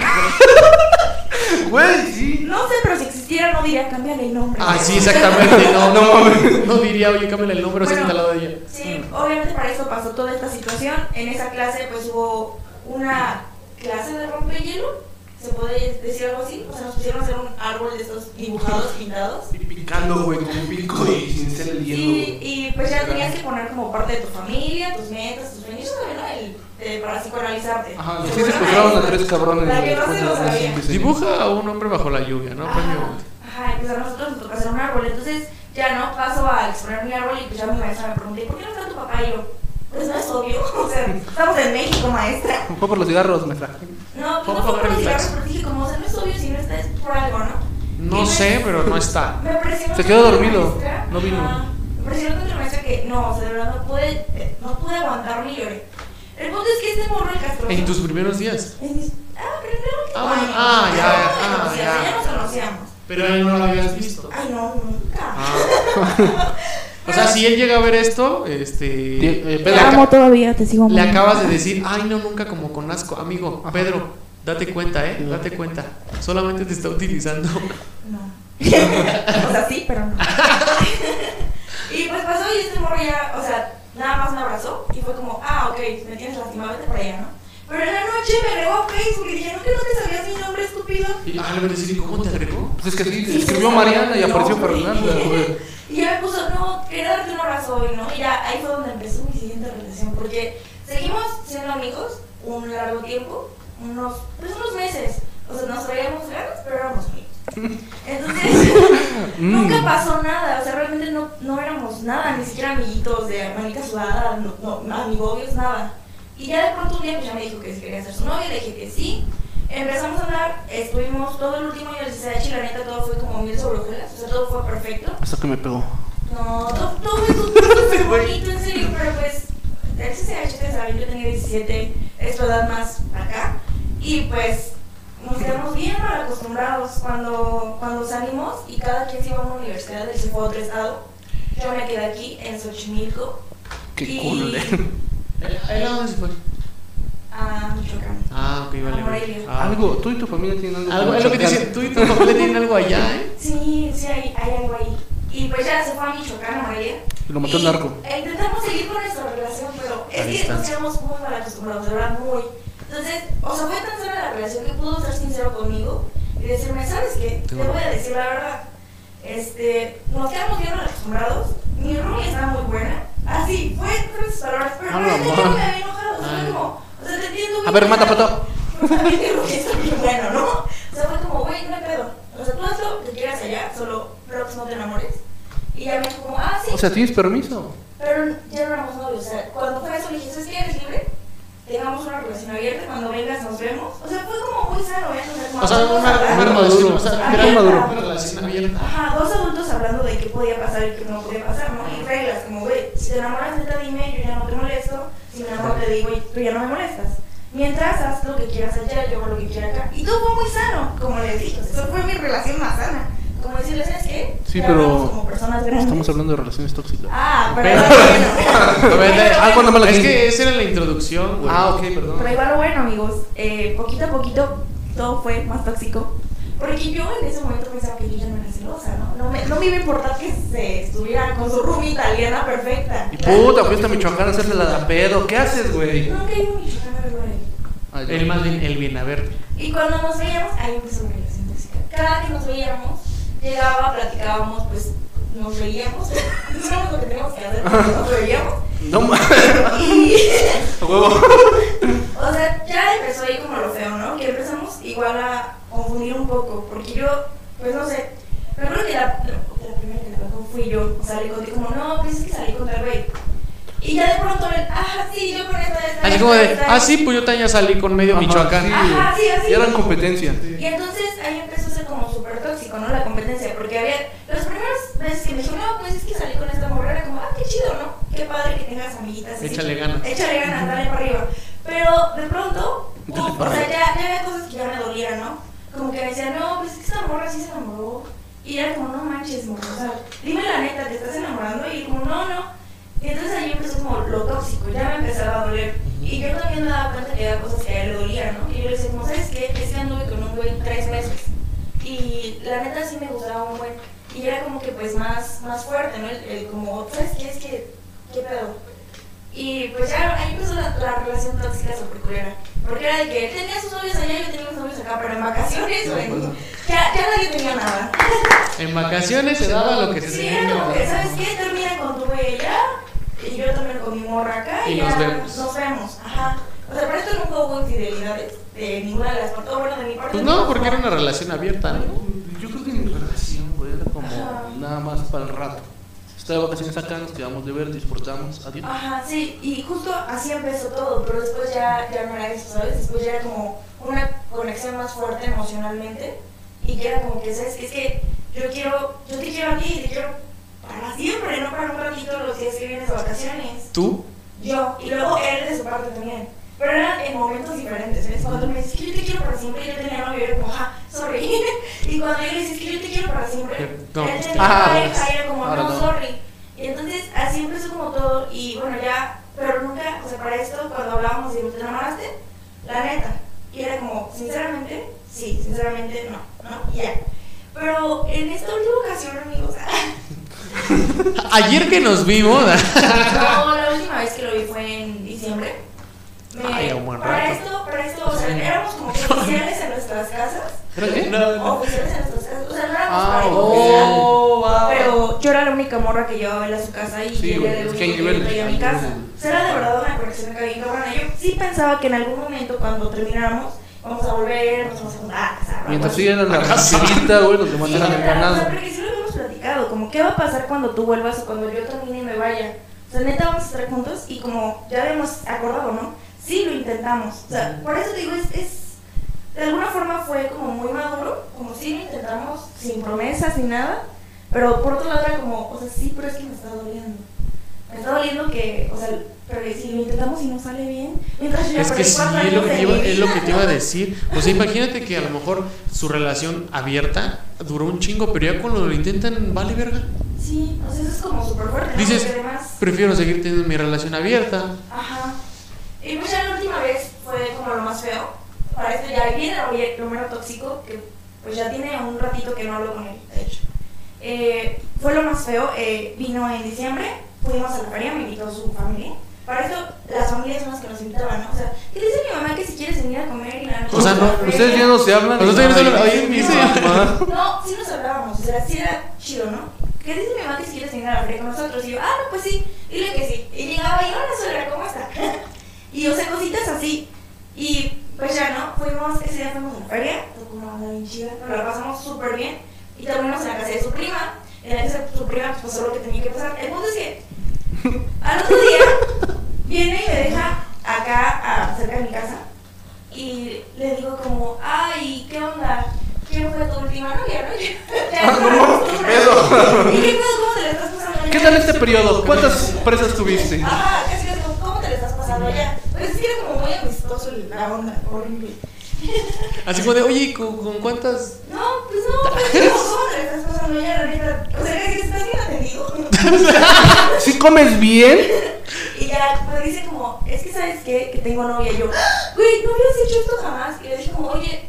B: Güey, sí.
C: no sé, pero si existiera no diría, cámbiale el nombre.
A: Ah, sí, exactamente. No, no mames. No diría, oye, cámbiale el número,
C: Bueno.
A: siéntate al lado de ella.
C: Sí, obviamente para eso pasó toda esta situación. En esa clase pues hubo una clase de rompehielo, se puede decir algo así. O sea, nos pusieron a hacer un árbol de estos dibujados, pintados.
B: Y picando, güey, con un pico y sin ser el hielo.
C: Sí,
B: güey.
C: y pues ya tenías que poner como parte de tu familia, tus metas, tus sueños, ¿sabes, ¿no? El, eh, para psicoanalizarte.
B: Ajá,
C: Se
B: sí
C: fueron
B: secuestraron a
C: él.
B: tres cabrones.
C: La
B: güey,
C: que no se lo
B: después de
C: sabía.
B: cinco y seis.
A: Dibuja a un hombre bajo la lluvia, ¿no?
C: Ajá,
A: Premio-
C: ajá, y pues a nosotros nos toca hacer un árbol. Entonces ya no paso a exponer mi árbol y pues ya mi maestra me pregunta, "¿Y ¿por qué no está tu papá? Y yo, pues no es obvio, o sea, estamos en México, maestra.
B: Fue por los cigarros, maestra.
C: No, pues
A: Por
C: no fue
A: favor,
C: por
A: relax.
C: cigarros, pero dije, como, o sea, no es obvio si no está, es por algo, ¿no?
A: No sé, pero no está.
C: Me presionó
B: Se quedó
C: tanto la
B: dormido,
C: maestra,
B: no vino.
C: ajá, Me presionó tanto la maestra que, no, o sea, de verdad, no pude, eh, no pude aguantarme y lloré. El punto es que este morro, el Castro...
A: En tus primeros días.
C: en mis- Ah, pero creo que...
A: Ah, bueno,
C: Ay,
A: ah, ya,
C: no,
A: ya,
C: no,
A: ah,
C: ya,
A: ya.
C: ya nos conocíamos.
A: Pero él no lo habías visto. Ah.
C: Ay, no, nunca.
A: O sea, si él llega a ver esto, este.
B: Tie-
A: le,
B: eh, Pedro.
A: aca-
C: todavía, te sigo
A: le acabas de decir, ay, no, nunca como con asco. Amigo, Pedro, date cuenta, ¿eh? Date cuenta. Solamente te está utilizando.
C: No. o sea, sí, pero no. y pues pasó y este morro ya, o sea, nada más me abrazó y fue como, ah, ok, me tienes lastimado, vete para allá, ¿no? Pero en la noche me agregó a Facebook y dije, ¿no que no te sabías mi nombre, estúpido?
A: Y ah, le voy a decir, ¿y cómo te agregó?
B: Pues es que sí, escribió Mariana y apareció Fernanda, güey.
C: Y ya me puso, no, quería darte un abrazo hoy, ¿no? Y ya ahí fue donde empezó mi siguiente relación, porque seguimos siendo amigos un largo tiempo, unos, pues unos meses. O sea, nos traíamos ganas, pero éramos amigos. Entonces, nunca pasó nada, o sea, realmente no, no éramos nada, ni siquiera amiguitos de manica sudada, no, no, amigobios, nada. Y ya de pronto un día pues ya me dijo que si quería ser su novia, le dije que sí. Empezamos a andar, estuvimos todo el último año del CCH y la neta todo fue como mil sobre hojuelas, o sea, todo fue perfecto.
B: Hasta que me pegó.
C: No, todo, todo fue súper bonito, en serio, pero pues el CCH, te saben, yo tenía 17, es tu edad más acá, y pues nos quedamos bien mal acostumbrados cuando, cuando salimos y cada quien se iba a una universidad del fue a otro estado. Yo me quedé aquí en Xochimilco.
B: Qué
C: y-
B: cool, ¿eh?
A: ¿El dónde se fue?
C: A Michoacán.
A: Ah, ok, vale. vale. Ah.
B: Algo, tú y tu familia tienen algo.
A: Algo,
B: con
A: es lo que te
B: Michoacán.
A: dicen, tú y tu papá le tienen algo allá, ¿eh?
C: Sí, sí, hay, hay algo ahí. Y pues ya se fue a Michoacán, a Morelia.
B: Y lo mató el narco.
C: E Intentamos seguir con nuestra relación, pero
A: A
C: es que nos
A: distancia.
C: quedamos muy mal acostumbrados, de verdad, muy. Entonces, o sea, fue tan sana la relación que pudo ser sincero conmigo y decirme, ¿sabes qué? Te voy a decir la verdad. Este, nos quedamos bien mal acostumbrados, mi roomie está muy buena. Así, fue con sus palabras, pero
B: A la
C: realmente yo
B: madre.
C: me había enojado, o sea, fue como, o sea, te entiendo.
B: Ah. A
C: güey,
B: ver,
C: pero-
B: mata pato.
C: pues también digo que está bien bueno, ¿no? O sea, fue como, güey, no hay pedo. O sea, tú haz lo que quieras allá, solo pero pues no te enamores. Y ya me dijo como, ah, sí,
B: O sea, tienes permiso.
C: pero ya no éramos novios. O sea, cuando fue eso le dije, ¿sabes qué? Eres libre, tengamos una relación abierta, cuando vengas nos vemos. O sea, fue como muy sano, ¿eh?
A: O sea, una,
C: como
A: una
C: adultos hablando.
A: relación, o sea,
C: Ajá.
A: era una relación abierta.
C: Ajá, dos adultos hablando de qué podía pasar y qué no podía pasar, ¿no? Y reglas, como, güey, si te enamoras, neta, dime, yo ya no te molesto. Si me enamoro, te digo, y tú ya no me molestas. Mientras haz lo que quieras allá, yo hago lo que quiera acá. Y todo fue muy sano, como les dije. o sea, Eso fue mi relación más sana. Como decirles, ¿sabes qué?
B: Sí,
C: Ya
B: pero
C: hablamos Como personas grandes.
B: Estamos hablando de relaciones tóxicas.
C: Ah, pero. ahí va lo bueno.
A: A ver,
C: Pero
A: ah,
C: bueno,
B: cuando me-
A: Es que esa era la introducción, güey.
B: Ah, ok, perdón.
C: Pero ahí va lo bueno, amigos. Eh, poquito a poquito todo fue más tóxico. Porque yo en ese momento pensaba que yo ya no era celosa, ¿no? No me, no me iba a importar que se estuviera con su roomie italiana perfecta.
B: Y puta, fuiste a Michoacán a hacerle la de pedo. ¿Qué haces, güey?
C: Nunca iba a Michoacán a verlo a él.
B: Ay,
A: Ah, El más bien, el bien, a ver.
C: Y cuando nos veíamos, ahí empezó mi relación tóxica. Cada que nos veíamos, llegaba, platicábamos, pues nos veíamos. no sabemos lo que teníamos que hacer, pero nos veíamos.
B: No ma-
C: Y.
B: huevo.
C: O sea, ya empezó ahí como lo feo, ¿no? Que empezamos igual a confundir un poco, porque yo, pues no sé, me acuerdo que la, la- la primera que trabajó fui yo, o sea, le conté como, no, pues es que salí con tal güey. Y ya de pronto, él, ah, sí, yo con esta, esta,
A: Así
C: esta,
A: como de,
C: esta".
A: ah, sí, pues yo también ya salí con medio
B: Ajá, sí,
A: Michoacán.
B: güey.
C: Ajá, sí, así.
B: Ya eran competencia.
C: Y entonces ahí empezó a ser como súper tóxico, ¿no? La competencia, porque había, las primeras veces que me dijo, no, pues es que salí con esta mujer, era como, ah, qué chido, ¿no? Qué qué padre que tengas amiguitas. así.
A: Échale ganas.
C: Échale ganas, dale para arriba. Pero de pronto,
B: Dale
C: uf,
B: para
C: o sea, ya, ya había cosas que ya me dolían, ¿no? Como que me decían, no, pues es que esta morra sí se enamoró. Y era como, no manches, morra, o sea, dime la neta, ¿te estás enamorando? Y como, no, no. Y entonces ahí empezó como lo tóxico, ya me empezaba a doler. Y yo también me daba cuenta que había cosas que a él le dolían, ¿no? Y yo le decía, como, ¿sabes qué? Es que anduve con un güey tres meses. Y la neta sí me gustaba un buen. Y era como que pues más, más fuerte, ¿no? El, el como, ¿sabes qué? Es que, ¿qué pedo? Y pues ya ahí empezó la, la relación tóxica superculera. Porque era de que él tenía sus novios allá, yo tenía mis novios acá, pero en vacaciones, güey. Ya, ya nadie tenía nada.
A: En vacaciones se daba lo que se
C: Sí, era como que, ¿sabes qué? Termina con tu güey allá, y yo también con mi morra acá, y,
A: Y
C: ya
A: nos vemos.
C: nos vemos. Ajá. O sea, pero esto nunca hubo infidelidades de ninguna de las partes. o Bueno, de mi parte.
A: Pues no, porque era una relación abierta, ¿no?
B: Yo creo que mi relación, güey, era como
C: Ajá.
B: nada más para el rato. Estaba de vacaciones acá, nos quedamos de ver, disfrutamos, adiós.
A: Ah,
C: Ajá, sí, y justo así empezó todo, pero después ya, ya no era eso, ¿sabes? Después ya era como una conexión más fuerte emocionalmente y que era como que, ¿sabes? Es que yo quiero, yo te quiero a ti y te quiero para siempre, no para un ratito los días que vienes de vacaciones.
A: Tú,
C: Yo, y luego él de su parte también. Pero eran en momentos diferentes, ¿sabes? Cuando me dices que yo te quiero para siempre, yo tenía novio, era como, ajá, sorry. y cuando él dices que yo te quiero para siempre,
A: No,
C: él tenía
B: ah,
C: pareja, y era como,
B: ahora
C: no,
B: no.
C: sorry. Y entonces así empezó como todo, y bueno, ya, pero nunca, o sea, para esto, cuando hablábamos de, ¿te enamoraste? La neta. Y era como, sinceramente, sí, sinceramente, no, ¿no? Y ya. Pero en esta última ocasión, amigos,
A: ayer que nos vimos,
C: No, la última vez que lo vi fue en diciembre. Me-
A: Ay, un buen
C: para
A: rato.
C: esto, para esto, o sea, éramos como que oficiales en nuestras casas.
A: ¿Era qué?
C: Oficiales en nuestras casas. O sea, no éramos
B: Ah,
C: pareja oficial,
B: oh, wow.
C: Pero yo era la única morra que llevaba él a su casa y
B: Sí,
C: él
B: güey,
C: era el
B: es
C: único
B: que hay
C: que yo
B: niveles,
C: traía a mi
B: hay
C: casa.
B: niveles.
C: O sea, era de verdad una conexión que bien cabrona. Yo sí pensaba que en algún momento cuando termináramos vamos a volver, nos vamos a juntar, a casar,
B: Mientras
C: algo así.
B: sí eran la
A: Acaso.
B: casita, güey, los demás
C: Sí,
B: eran
C: ¿verdad? O sea,
B: empanadas.
C: porque sí lo hemos platicado, como qué va a pasar cuando tú vuelvas o cuando yo termine y me vaya. O sea, neta vamos a estar juntos y como ya habíamos acordado, ¿no? Sí lo intentamos. O sea, por eso te digo, es, es- de alguna forma fue como muy maduro, como sí lo intentamos, sin promesas ni nada, pero por otro lado era como, o sea, sí, pero es que me está doliendo. Me está doliendo que, o sea, pero si lo intentamos y no sale bien, mientras yo ya
A: Es que
C: perdí
A: sí,
C: cuatro
A: es lo
C: años
A: que,
C: de
A: te iba,
C: mi
A: es lo
C: vida,
A: que te iba a
C: ¿no?
A: decir. O sea, imagínate que a lo mejor su relación abierta duró un chingo, pero ya cuando lo intentan, vale verga.
C: Sí, o sea, eso es como súper fuerte. ¿no?
A: Dices,
C: Porque además-
A: prefiero seguir teniendo mi relación abierta.
C: Ajá. Y pues ya la última vez fue como lo más feo. Para esto ya viene el primero tóxico, que pues ya tiene un ratito que no hablo con él, de hecho. Eh, fue lo más feo. eh, vino en diciembre, fuimos a la feria, me invitó su familia. Para esto, las familias son las que nos invitaban, ¿no? O sea, ¿qué dice mi mamá que si quieres venir a comer y la noche?
A: O sea, no,
C: a la feria?
B: Ustedes ya no se hablan.
A: Nosotros ya no se hablan.
B: Ay,
A: Oye, mi
B: no,
A: señor.
B: mamá.
C: No, sí nos hablábamos, o sea, sí era chido, ¿no? ¿Qué dice mi mamá que si quieres venir a la feria con nosotros? Y yo, ah, no, pues sí, dile que sí. Y llegaba y, hola, suegra, ¿cómo está? y, o sea, cositas así. Y, pues ya, ¿no? Fuimos, ese día fuimos a la feria, tocó una banda bien chida, nos la pasamos súper bien. Y terminamos en la casa de su prima. En la casa de su prima, pues pasó lo que tenía que pasar. El punto es que, al otro día, viene y me deja acá, a- cerca de mi casa. Y le digo como, ay, ¿qué onda? ¿Quién fue tu última novia? no?" Ya es una costumbre. ¿Y qué pedo? ¿Cómo te la estás pasando allá?
B: ¿Qué tal este periodo? ¿Cuántas presas tuviste?
C: Ajá, casi casi como, ¿cómo te la estás pasando allá? Pues es que era como muy amistoso la onda, horrible.
A: Así como de, oye, ¿con, con cuántas?
C: No, pues no, pero ¿cómo te la estás pasando allá? La neta, o sea, es que estás bien atendido.
B: ¿Sí comes bien?
C: Y ya, pues dice como, es que sabes qué, que tengo novia. Y yo, "Ah, güey, no hubieras hecho esto jamás. Y le dije como, oye,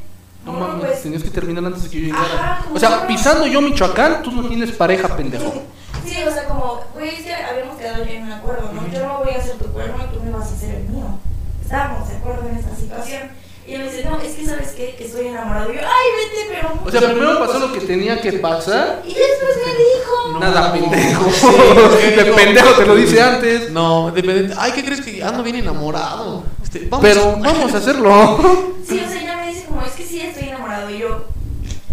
B: No
C: no, no,
B: mames,
C: pues.
B: tenías que terminar antes de que yo llegara.
C: Ajá,
B: O sea,
C: cabrón.
B: pisando yo Michoacán, tú no tienes pareja, pendejo.
C: Sí, o sea, como, güey, es que habíamos quedado ya en un acuerdo, ¿no? Yo no voy a hacer tu cuerno y tú me vas a hacer el mío. Estábamos de acuerdo en esta situación. Y ella me dice, no, es que sabes qué, que estoy enamorado. Y yo, ay, vete, pero.
B: O sea, primero pasó
A: pues,
B: lo que tenía que pasar.
C: y después me dijo,
B: Nada, pendejo.
A: Sí, ¿qué
B: De
A: digo?
B: pendejo te lo dice antes.
A: No, depende. Ay, ¿qué crees que ando bien enamorado? Este, vamos.
B: Pero vamos a hacerlo.
C: sí, o sea, ella me dice, como, es que sí, estoy enamorado. Y yo,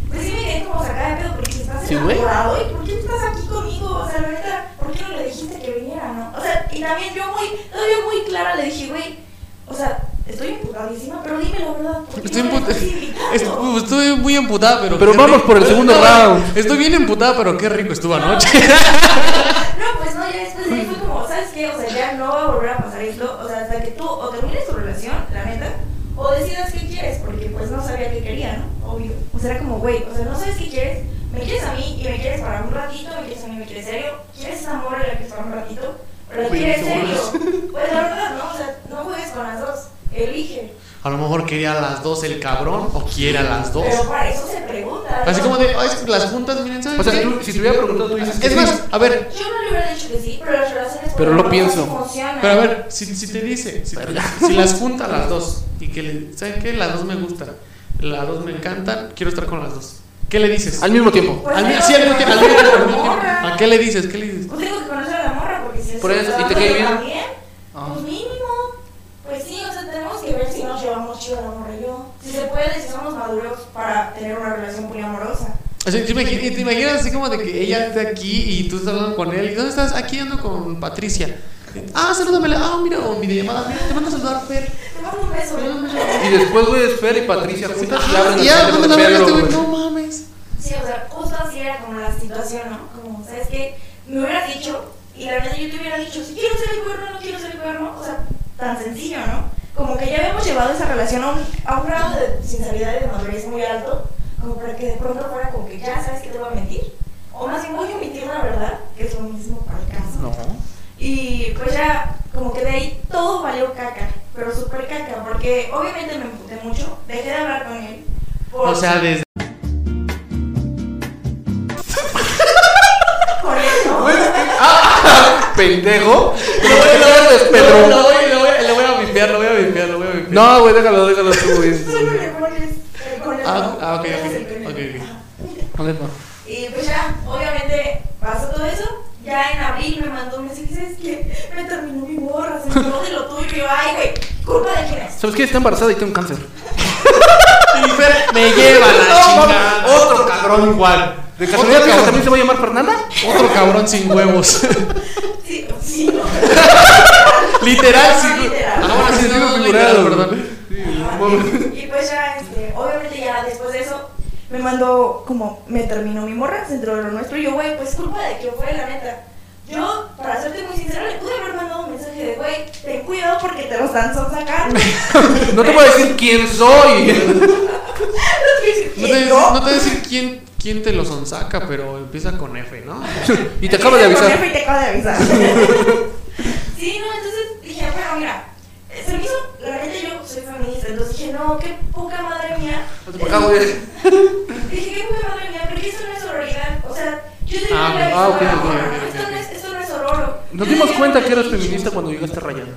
C: pues sí, me quedé como sacada de pedo porque si estás
B: Sí, güey.
C: enamorado. ¿Y por qué estás aquí conmigo? O sea, la neta, ¿por qué no le dijiste que viniera, no? O sea, y también yo muy, todavía muy clara le dije, güey, o sea, estoy emputadísima, pero dime la verdad. ¿por qué
A: Estoy,
C: no me
A: emputa-
C: estás invitando?"
A: Est- estoy muy emputada, pero.
B: Pero
A: qué
B: vamos
A: rico.
B: por el segundo round.
A: Estoy bien emputada, pero qué rico estuvo
C: No,
A: anoche.
C: No, pues no, ya después de ahí fue como, ¿sabes qué? qué? O sea, ya no va a volver a pasar esto. O sea, hasta que tú o termines tu relación, la neta, o decidas qué quieres, porque pues no sabía qué quería, ¿no? Obvio. O sea, era como, güey, o sea, no sabes qué quieres. Me quieres a mí y me quieres para un ratito, me quieres a mí, me quieres serio. ¿Quieres esa morra y la quieres para un ratito? Pero la
B: Veinte
C: quieres
B: segundos.
C: serio. Pues la verdad, ¿no? O sea, no juegues con las dos. Elige.
A: A lo mejor quería a las dos el cabrón o quiere a las dos.
C: Pero para eso se pregunta.
A: Así
C: ¿no?
A: como de, "Ay, es que las juntas, miren, ¿sabes?
B: O sea,
A: qué?
B: tú- si te hubiera preguntado, tú dices que
A: es
B: sí.
A: más, a ver,
C: Yo no le hubiera dicho que sí, pero las relaciones
B: Pero lo
C: no
B: pienso.
C: funcionan.
A: pero a ver, si, si te dice, si, te- si las junta a las dos y que le, ¿saben qué? Las dos me gustan, las dos me encantan, quiero estar con las dos. ¿Qué le dices?
B: Al mismo tiempo.
C: Pues
A: Al mi-
C: tengo
A: sí,
C: que
A: al mismo tiempo, al
C: conocer
A: mismo tiempo, al
C: a la
A: mismo tiempo.
C: morra.
A: ¿A qué le dices? ¿Qué le dices?
C: Pues tengo que conocer a la morra porque si
B: Por eso,
C: se
B: ¿y
C: la
B: te
C: va a
B: cae
C: llevar
B: bien? Ah.
C: Pues mínimo. Pues sí, o sea, tenemos que ver si nos llevamos chido la morra y yo. Si se puede, si somos maduros para tener una relación poliamorosa.
A: O sea, ¿te imagi- te imaginas así como de que ella está aquí y tú estás hablando con él? ¿Y dónde estás? Aquí ando con Patricia. Ah, salúdamela. Ah, mira, o mi llamada. Mira, te mando a saludar, Fer.
C: Te mando un beso. ¿no?
B: Y después, güey, es Fer y Patricia juntas y
A: Ah,
B: abren el
A: ya,
B: teléfono
A: ¿dónde la
B: de
A: verga
B: Pedro,
A: este güey? No
B: güey.
A: mames.
C: Sí, o sea, justo así era como la situación, ¿no? Como, ¿sabes qué? Me hubieras dicho, y la verdad yo te hubiera dicho, si quiero ser el cuerno, no quiero ser el cuerno, o sea, tan sencillo, ¿no? Como que ya habíamos llevado esa relación a un, a un grado de sinceridad y de madurez muy alto, como para que de pronto fuera como que ya sabes que te voy a mentir, o más bien voy a omitir la verdad, que es lo mismo para el caso.
B: No.
C: Y pues ya, como que de ahí todo valió caca, pero súper caca, porque obviamente me emputé mucho, dejé de hablar con él. por-
A: O sea, desde.
C: por él, ¿no?
B: ¿Pendejo?
A: Lo voy,
B: lo voy, Pedro.
A: lo voy, lo voy, lo voy a vipear, lo voy a vipear, lo voy a vipear.
B: No, güey, déjalo, déjalo tú, güey.
C: Solo le pones eh, el conejo.
A: Ah, ah, ok, ok,
C: Le pones el conejo.
A: ok, ok.
C: Ah.
B: A ver, no.
C: Y pues ya, obviamente pasó todo eso. Ya en abril me mandó un mensaje, ¿sabes qué? Me terminó mi borra, se enteró de lo tuyo. Y yo, ay, güey, culpa de quién es.
B: ¿Sabes qué? Está embarazada y tiene un cáncer.
A: Y Fer me lleva la
B: No, mames,
A: chingada.
B: otro
A: cabrón igual.
B: ¿De casualidad
A: otro,
B: tu hija
A: cabrón,
B: también se va a llamar Fernanda?
A: otro cabrón sin huevos.
C: Sí, sí, no.
A: Literal, sin huevos.
C: Literal.
A: Ah, bueno, sí,
B: Sí,
A: no, no,
B: figurado.
A: literal, perdón.
C: Ajá, y, y pues ya, este, obviamente ya después de eso, me mandó como, me terminó mi morra, se entró de lo nuestro, y yo, güey, pues culpa de que fue, la neta. Yo, para serte muy sincera, le pude haber mandado un mensaje de, güey, ten cuidado porque te lo están sacando.
B: No te voy a decir quién soy.
A: No te, no te voy a decir quién, quién te lo sonsaca, pero empieza con F, ¿no?
B: Y te acabo de
C: Empieza con
B: avisar.
C: F Y te acabo de avisar. sí, no, entonces dije, bueno, mira, eh, se me hizo, la neta yo soy feminista, entonces dije, no, qué poca madre mía.
B: Acá, güey.
C: Dije, qué poca madre mía, porque eso no es sororidad. O sea, yo te
A: Ah,
C: dije,
A: ah, ok,
C: "Mira,
A: ok,
C: morra,
A: ok, ok,
C: esto
A: ok.
C: no es- esto no es sororo.
B: Nos
C: Yo
B: dimos
C: debía
B: cuenta que
C: haberle
B: eras
C: dicho.
B: feminista cuando llegaste rayando.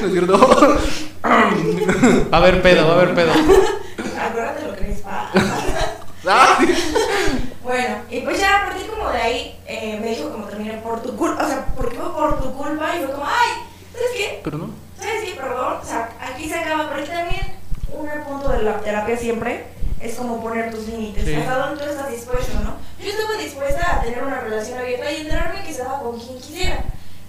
B: No es cierto.
A: Va a haber pedo, va a haber pedo.
C: Acuérdate lo que les pasa.
B: Ah, sí.
C: Bueno, y pues ya a partir como de ahí eh, me dijo como terminé por tu culpa, o sea, porque fue por tu culpa y fue como, ay, ¿sabes qué?
B: Pero no.
C: ¿Sabes qué? Perdón, o sea, aquí se acaba, pero aquí también un punto de la terapia siempre es como poner tus límites,
A: Sí.
C: hasta dónde tú estás dispuesto, ¿no? Yo estaba dispuesta a tener una relación abierta y enterarme que estaba con quien quisiera.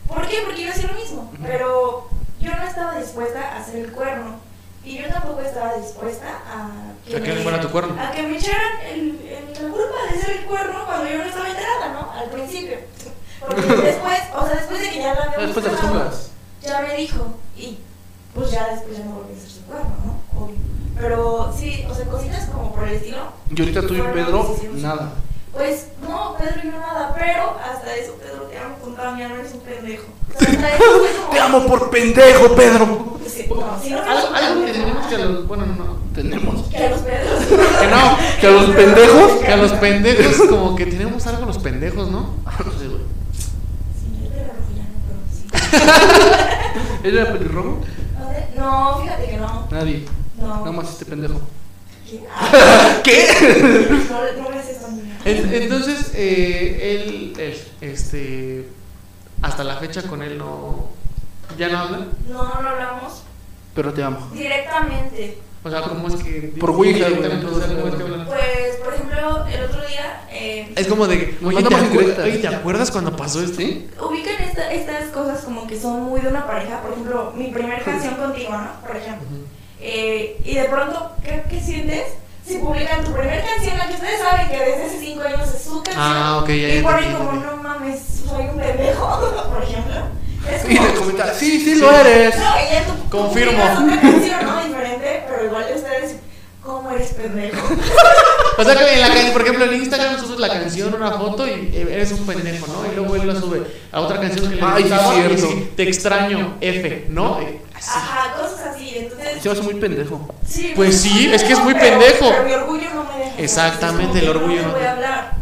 C: ¿Por qué? Porque iba a hacer lo mismo, pero yo no estaba dispuesta a hacer el cuerno y yo tampoco estaba dispuesta a
A: ¿A qué le fuera tu cuerno?
C: a que me echaran el, el- la culpa de ser el cuerno cuando yo no estaba enterada, ¿no? Al principio. Porque después, o sea, después de que ya la había
B: Después te
C: buscado,
B: acostumbras.
C: ya me dijo y pues ya después ya no volví a hacer su cuerno, ¿no? Obvio. Pero sí, o sea, cositas como por el estilo,
B: Y ahorita tú y Pedro, nada.
C: pues no, Pedro y no nada, pero hasta eso, Pedro, te amo con toda mi alma, eres un pendejo. O sea, hasta eso fue como-
B: Te amo por pendejo, Pedro.
C: Sí, no, sí, no,
A: Algo, algo que
C: no,
A: tenemos que a los. Bueno, no.
B: Tenemos.
C: que a los pedros.
A: Que no.
B: ¿Que a los pendejos?
A: Que a los pendejos, como que tenemos algo a los pendejos, ¿no?
B: No sé, güey.
C: Sí, yo te la rojo ya, no, pero sí.
B: ¿Él era pelirrojo?
C: ¿Dónde? No, fíjate que no.
B: Nadie.
C: No.
B: Nada más este pendejo.
C: ¿Qué? Ah,
B: ¿Qué?
C: no, no me haces eso, amiga.
A: En- Entonces, eh, él, él, este. Hasta la fecha con él no. ¿Ya no hablan?
C: No, no hablamos
B: Pero te amo.
C: directamente.
A: O sea, ¿cómo es que.?
B: Por Ouija, güey.
A: directamente, o sea, ¿cómo es que hablan?
C: Pues, por ejemplo, el otro día eh,
A: Es como de. que, Oye, ¿te,
B: mandamos
A: acuer-
B: indirectas.
A: oye, ¿te acuerdas cuando pasó esto?
B: ¿Sí?
C: ubican esta- estas cosas como que son muy de una pareja. Por ejemplo, mi primera canción contigo, ¿no? Por ejemplo.
A: Ujú.
C: Eh, y de pronto, ¿qué, qué sientes? si publican tu primer canción, la que ustedes saben que desde hace 5 años es su canción.
A: Ah, ok, ya, ya
C: Y ponen
A: entendí,
C: como,
A: entendí.
C: no mames, soy un pendejo, por ejemplo. Es
B: Y
C: como, Pues,
B: le comenta, sí, sí lo eres.
C: no, y ya tú
A: Confirmo.
C: publicas Una canción, ¿no? Diferente, pero igual ustedes, ¿cómo eres pendejo?
A: O sea, que en la can- por ejemplo, en Instagram subes la canción, una foto y eh, eres un pendejo, ¿no? Y luego él la sube a otra canción que le
B: Ay, sí,
A: gustaba y
B: cierto.
A: sí, te extraño, F, ¿no? Eh, así.
C: Ajá, cosas así. Entonces,
B: Se me hace muy pendejo.
C: sí.
A: Pues sí, es que es muy
C: pero-
A: pendejo.
C: Pero mi orgullo no me deja.
A: Exactamente,
C: Es como
A: el orgullo
C: que no
A: no
C: te voy
A: te-
C: a hablar.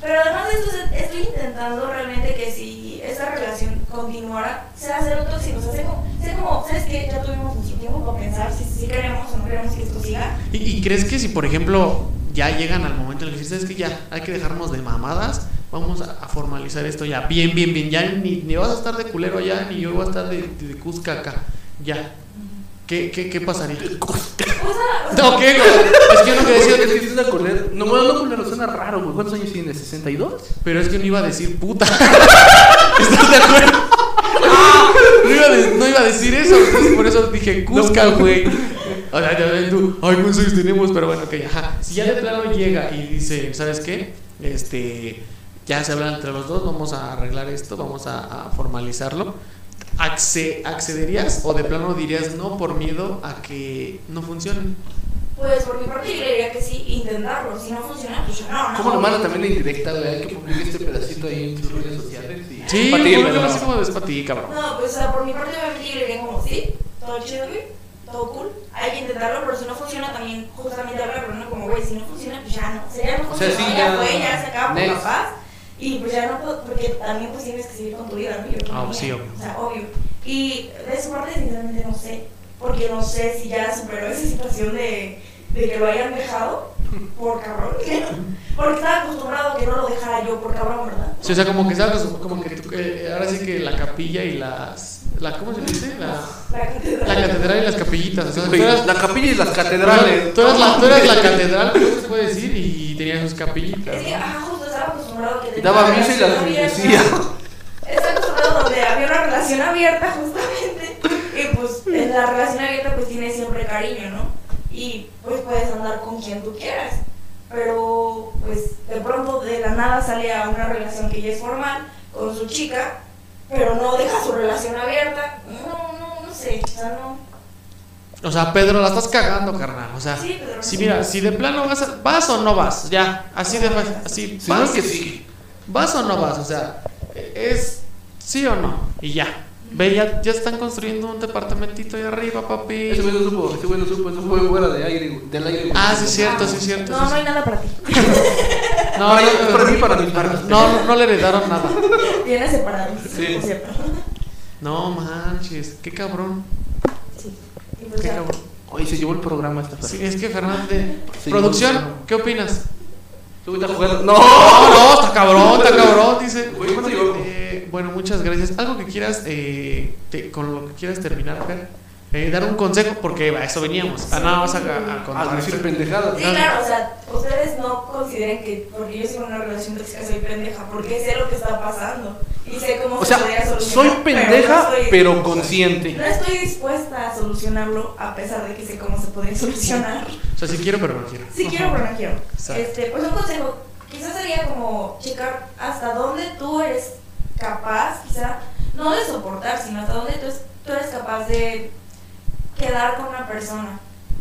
C: Pero además de eso, se- estoy intentando realmente que si esa relación continuara, sea cero tóxico. O sea, sé como, sé como, ¿sabes qué? Ya tuvimos nuestro tiempo para pensar si, si queremos o no queremos que esto siga.
A: ¿Y, y crees que si, por ejemplo, ya llegan al momento en el que dices, es que ya hay que dejarnos de mamadas, vamos a, a formalizar esto ya, bien, bien, bien, ya ni, ni vas a estar de culero allá, ni yo voy a estar de, de, de cusca acá, ya. ¿Qué, qué, qué pasaría?
C: O sea, o sea,
A: No, ¿qué, güey? Es que yo no quería
B: Oye,
A: decir,
B: es que suena culero. No, bueno, no culero, suena raro, güey. ¿Cuántos años tiene? ¿62?
A: pero es que no iba a decir puta. ¿Estás de acuerdo? No iba, a de- no iba a decir eso, entonces por eso dije Cusca, güey. O sea, ya ven tú, ay, ¿cuántos años tenemos? Pero bueno, ok, ajá. Si ya de plano llega y dice, ¿sabes qué? Este, ya se hablan entre los dos, vamos a arreglar esto, vamos a, a formalizarlo. ¿Acce- ¿Accederías o de plano dirías no por miedo a que no funcione?
C: pues por mi parte, yo le diría que sí, intentarlo. Si no funciona, pues ya no. ¿no?
B: ¿Cómo le manda también la indirecta, güey? Hay que publicar este pedacito ahí en tus redes sociales. Y...
A: Sí,
B: Pa' ti,
A: yo
B: ¿verdad?
A: creo que así como es para ti, cabrón.
C: No, pues o sea, por mi parte obviamente yo le diría como, sí, todo chido, güey, todo cool, hay que intentarlo, pero si no funciona también justamente hablar con uno como, güey, si no funciona, pues ya no, sería no
B: O sea,
C: funciona,
B: sí,
C: ya,
B: ya,
C: fue, ya se acaba por la
B: next.
C: paz, y pues ya no puedo, porque también pues tienes que seguir con tu vida, ¿no? Yo
A: Ah,
C: también,
A: sí, obvio.
C: O sea, obvio. Y de su parte sinceramente no sé, porque no sé si ya superó esa situación de, de que lo hayan dejado por cabrón, porque estaba acostumbrado a que no lo dejara yo por cabrón, ¿verdad?
A: Sí, o sea, como que sabes, como que tú- eh, ahora sí que la capilla y las. La, ¿Cómo se dice? La,
C: La catedral.
A: la catedral y las capillitas. O sea, tú
B: Güey,
A: eras,
B: La capilla y las
A: tú
B: catedrales.
A: eras la, tú eras la catedral, ¿cómo se puede decir? Y tenías sus capillitas.
C: Es que,
A: ¿no?
C: ajá, justo estaba acostumbrado a que tenía
B: Daba
C: una
B: misa y
C: relación
B: las
C: abierta.
B: bendecía.
C: Estaba acostumbrado donde había una relación abierta, justamente. Y pues, en la relación abierta, pues tiene siempre cariño, ¿no? Y pues puedes andar con quien tú quieras. Pero, pues, de pronto, de la nada sale a una relación que ya es formal, con su chica, pero no deja su relación abierta. No, no, no sé, o sea, no.
A: O sea, Pedro, la estás cagando, carnal. O sea,
C: Sí, Pedro.
A: si mira, si de plano vas, a- vas o no vas, ya, así de fácil, así.
B: Si no
A: Vas,
B: es que sí.
A: vas o no vas, o sea, es sí o no, y ya. Ve, ya, ya están construyendo un departamentito ahí arriba, papi.
B: Ese güey no supo, ese güey no supo, eso fue fuera de aire, güey, del aire. güey.
A: Ah, sí, es cierto, sí, es cierto. sí,
C: No,
A: es
C: no hay nada para ti.
A: No, no,
B: para,
A: no,
B: para mí, para mí, para mí.
A: no, no, no le heredaron nada.
C: Viene separado,
B: Sí.
C: por cierto.
A: No manches, qué cabrón,
C: Sí. Y pues
A: qué
C: ya.
A: cabrón.
B: Oye, se llevó el programa esta
A: Sí,
B: persona.
A: es que Fernández,
B: Sí,
A: producción,
B: no.
A: ¿qué opinas?
B: Este güey está jugando. ¡No!
A: No, no, está cabrón, está cabrón, dice.
B: Güey, ¿cuánto llevamos?
A: Eh, bueno, muchas gracias. Algo que quieras, eh, te- con lo que quieras terminar, Fer. Eh, dar un consejo, porque a eso veníamos. A nada vas a, a
B: A
A: contar.
B: decir pendejadas.
C: Ah, Sí,
A: No, no.
C: claro, o sea, ustedes no consideren que porque yo estoy en una relación tóxica soy pendeja, porque sé lo que está pasando y sé cómo
B: O
C: se podría
B: sea, soy
C: solucionar.
B: pendeja,
C: no estoy-
B: pero consciente.
C: No estoy dispuesta a solucionarlo a pesar de que sé cómo se podría solucionar.
A: O sea, sí quiero, pero no quiero.
C: Sí quiero, pero no quiero.
A: Exacto.
C: Este, pues un consejo, quizás sería como checar hasta dónde tú eres capaz, quizá, no de soportar, sino hasta dónde tú, es- tú eres capaz de quedar con una persona.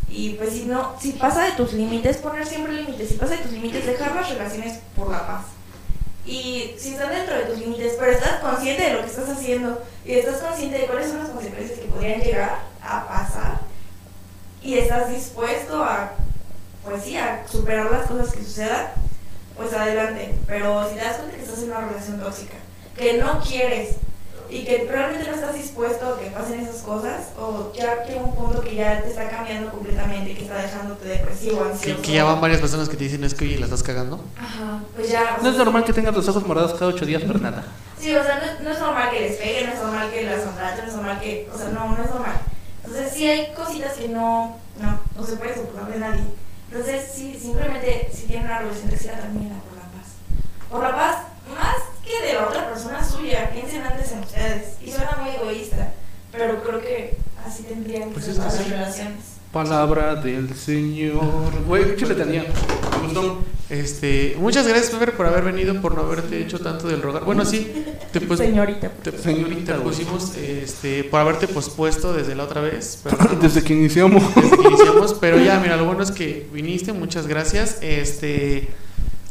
C: Y pues si no, si pasa de tus límites, poner siempre límites, si pasa de tus límites, dejar las relaciones por la paz. Y si estás dentro de tus límites, pero estás consciente de lo que estás haciendo y estás consciente de cuáles son las consecuencias que podrían llegar a pasar y estás dispuesto a, pues sí, a superar las cosas que sucedan, pues adelante. Pero si te das cuenta que estás en una relación tóxica, que no quieres y que realmente no estás dispuesto a que pasen esas cosas, o ya que un punto que ya te está cambiando completamente, que está dejándote depresivo,
A: Que,
C: ansioso.
A: que ya van varias personas que te dicen, es que oye, la estás cagando.
C: Ajá, pues ya. o
B: No es
C: sea,
B: normal que tengas los ojos morados cada ocho días, Fernanda.
C: Sí, o sea, no, no es normal que les peguen, no es normal que las maltraten, no es normal que. O sea, no, no es normal. Entonces, sí hay cositas que no, no, no se puede soportar de nadie. Entonces, sí, simplemente si tienen una relación tóxica, termina por la paz. Por la paz, más que de la otra persona suya, piensen antes en ustedes. Y suena muy egoísta, pero creo que así tendrían que
A: Pues
C: ser
A: es que
C: todas
A: sí.
C: las relaciones.
B: Palabra del Señor. Güey, qué letanía. Me gustó.
A: Este, muchas gracias, Pepper, por haber venido, por no haberte hecho tanto del rogar. Bueno, sí, te pues, pus-
C: Señorita.
A: te-
B: Señorita,
A: te
B: güey.
A: pusimos, este, por haberte pospuesto desde la otra vez, pero
B: Desde que iniciamos.
A: desde que iniciamos. Pero ya, mira, lo bueno es que viniste, muchas gracias. Este,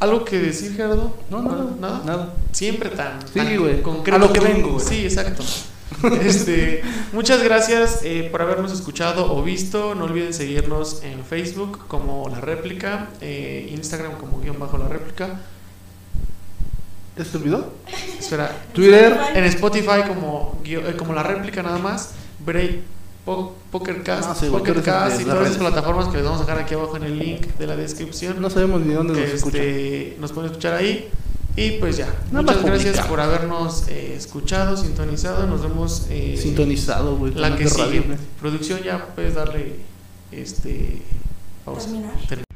A: ¿algo que decir, Gerardo?
B: No, nada, nada. Nada.
A: Siempre tan,
B: Sí,
A: tan
B: güey.
A: concreto.
B: A lo que vengo, güey.
A: Sí, exacto. Este, muchas gracias eh, por habernos escuchado o visto. No olviden seguirnos en Facebook como La Réplica, eh, Instagram como guión bajo La Réplica.
B: ¿Ya se te olvidó?
A: Espera,
B: Twitter.
A: en Spotify como, guio- eh, como La Réplica nada más. Break, po- Pokercast,
B: Ah, sí, güey, tú eres el
A: Pokercast
B: de
A: y
B: las
A: todas las
B: redes.
A: plataformas que les vamos a dejar aquí abajo en el link de la descripción.
B: No sabemos ni dónde
A: que,
B: nos escuchan.
A: este, nos pueden escuchar ahí. Y pues ya,
B: Nada
A: muchas
B: más
A: gracias
B: publica.
A: por habernos eh, escuchado, sintonizado. Nos vemos eh,
B: Sintonizado, güey.
A: la
B: con
A: que
B: este
A: sigue.
B: radio, güey.
A: Producción, ya puedes darle este pausa.
C: Terminar.
A: Terminar.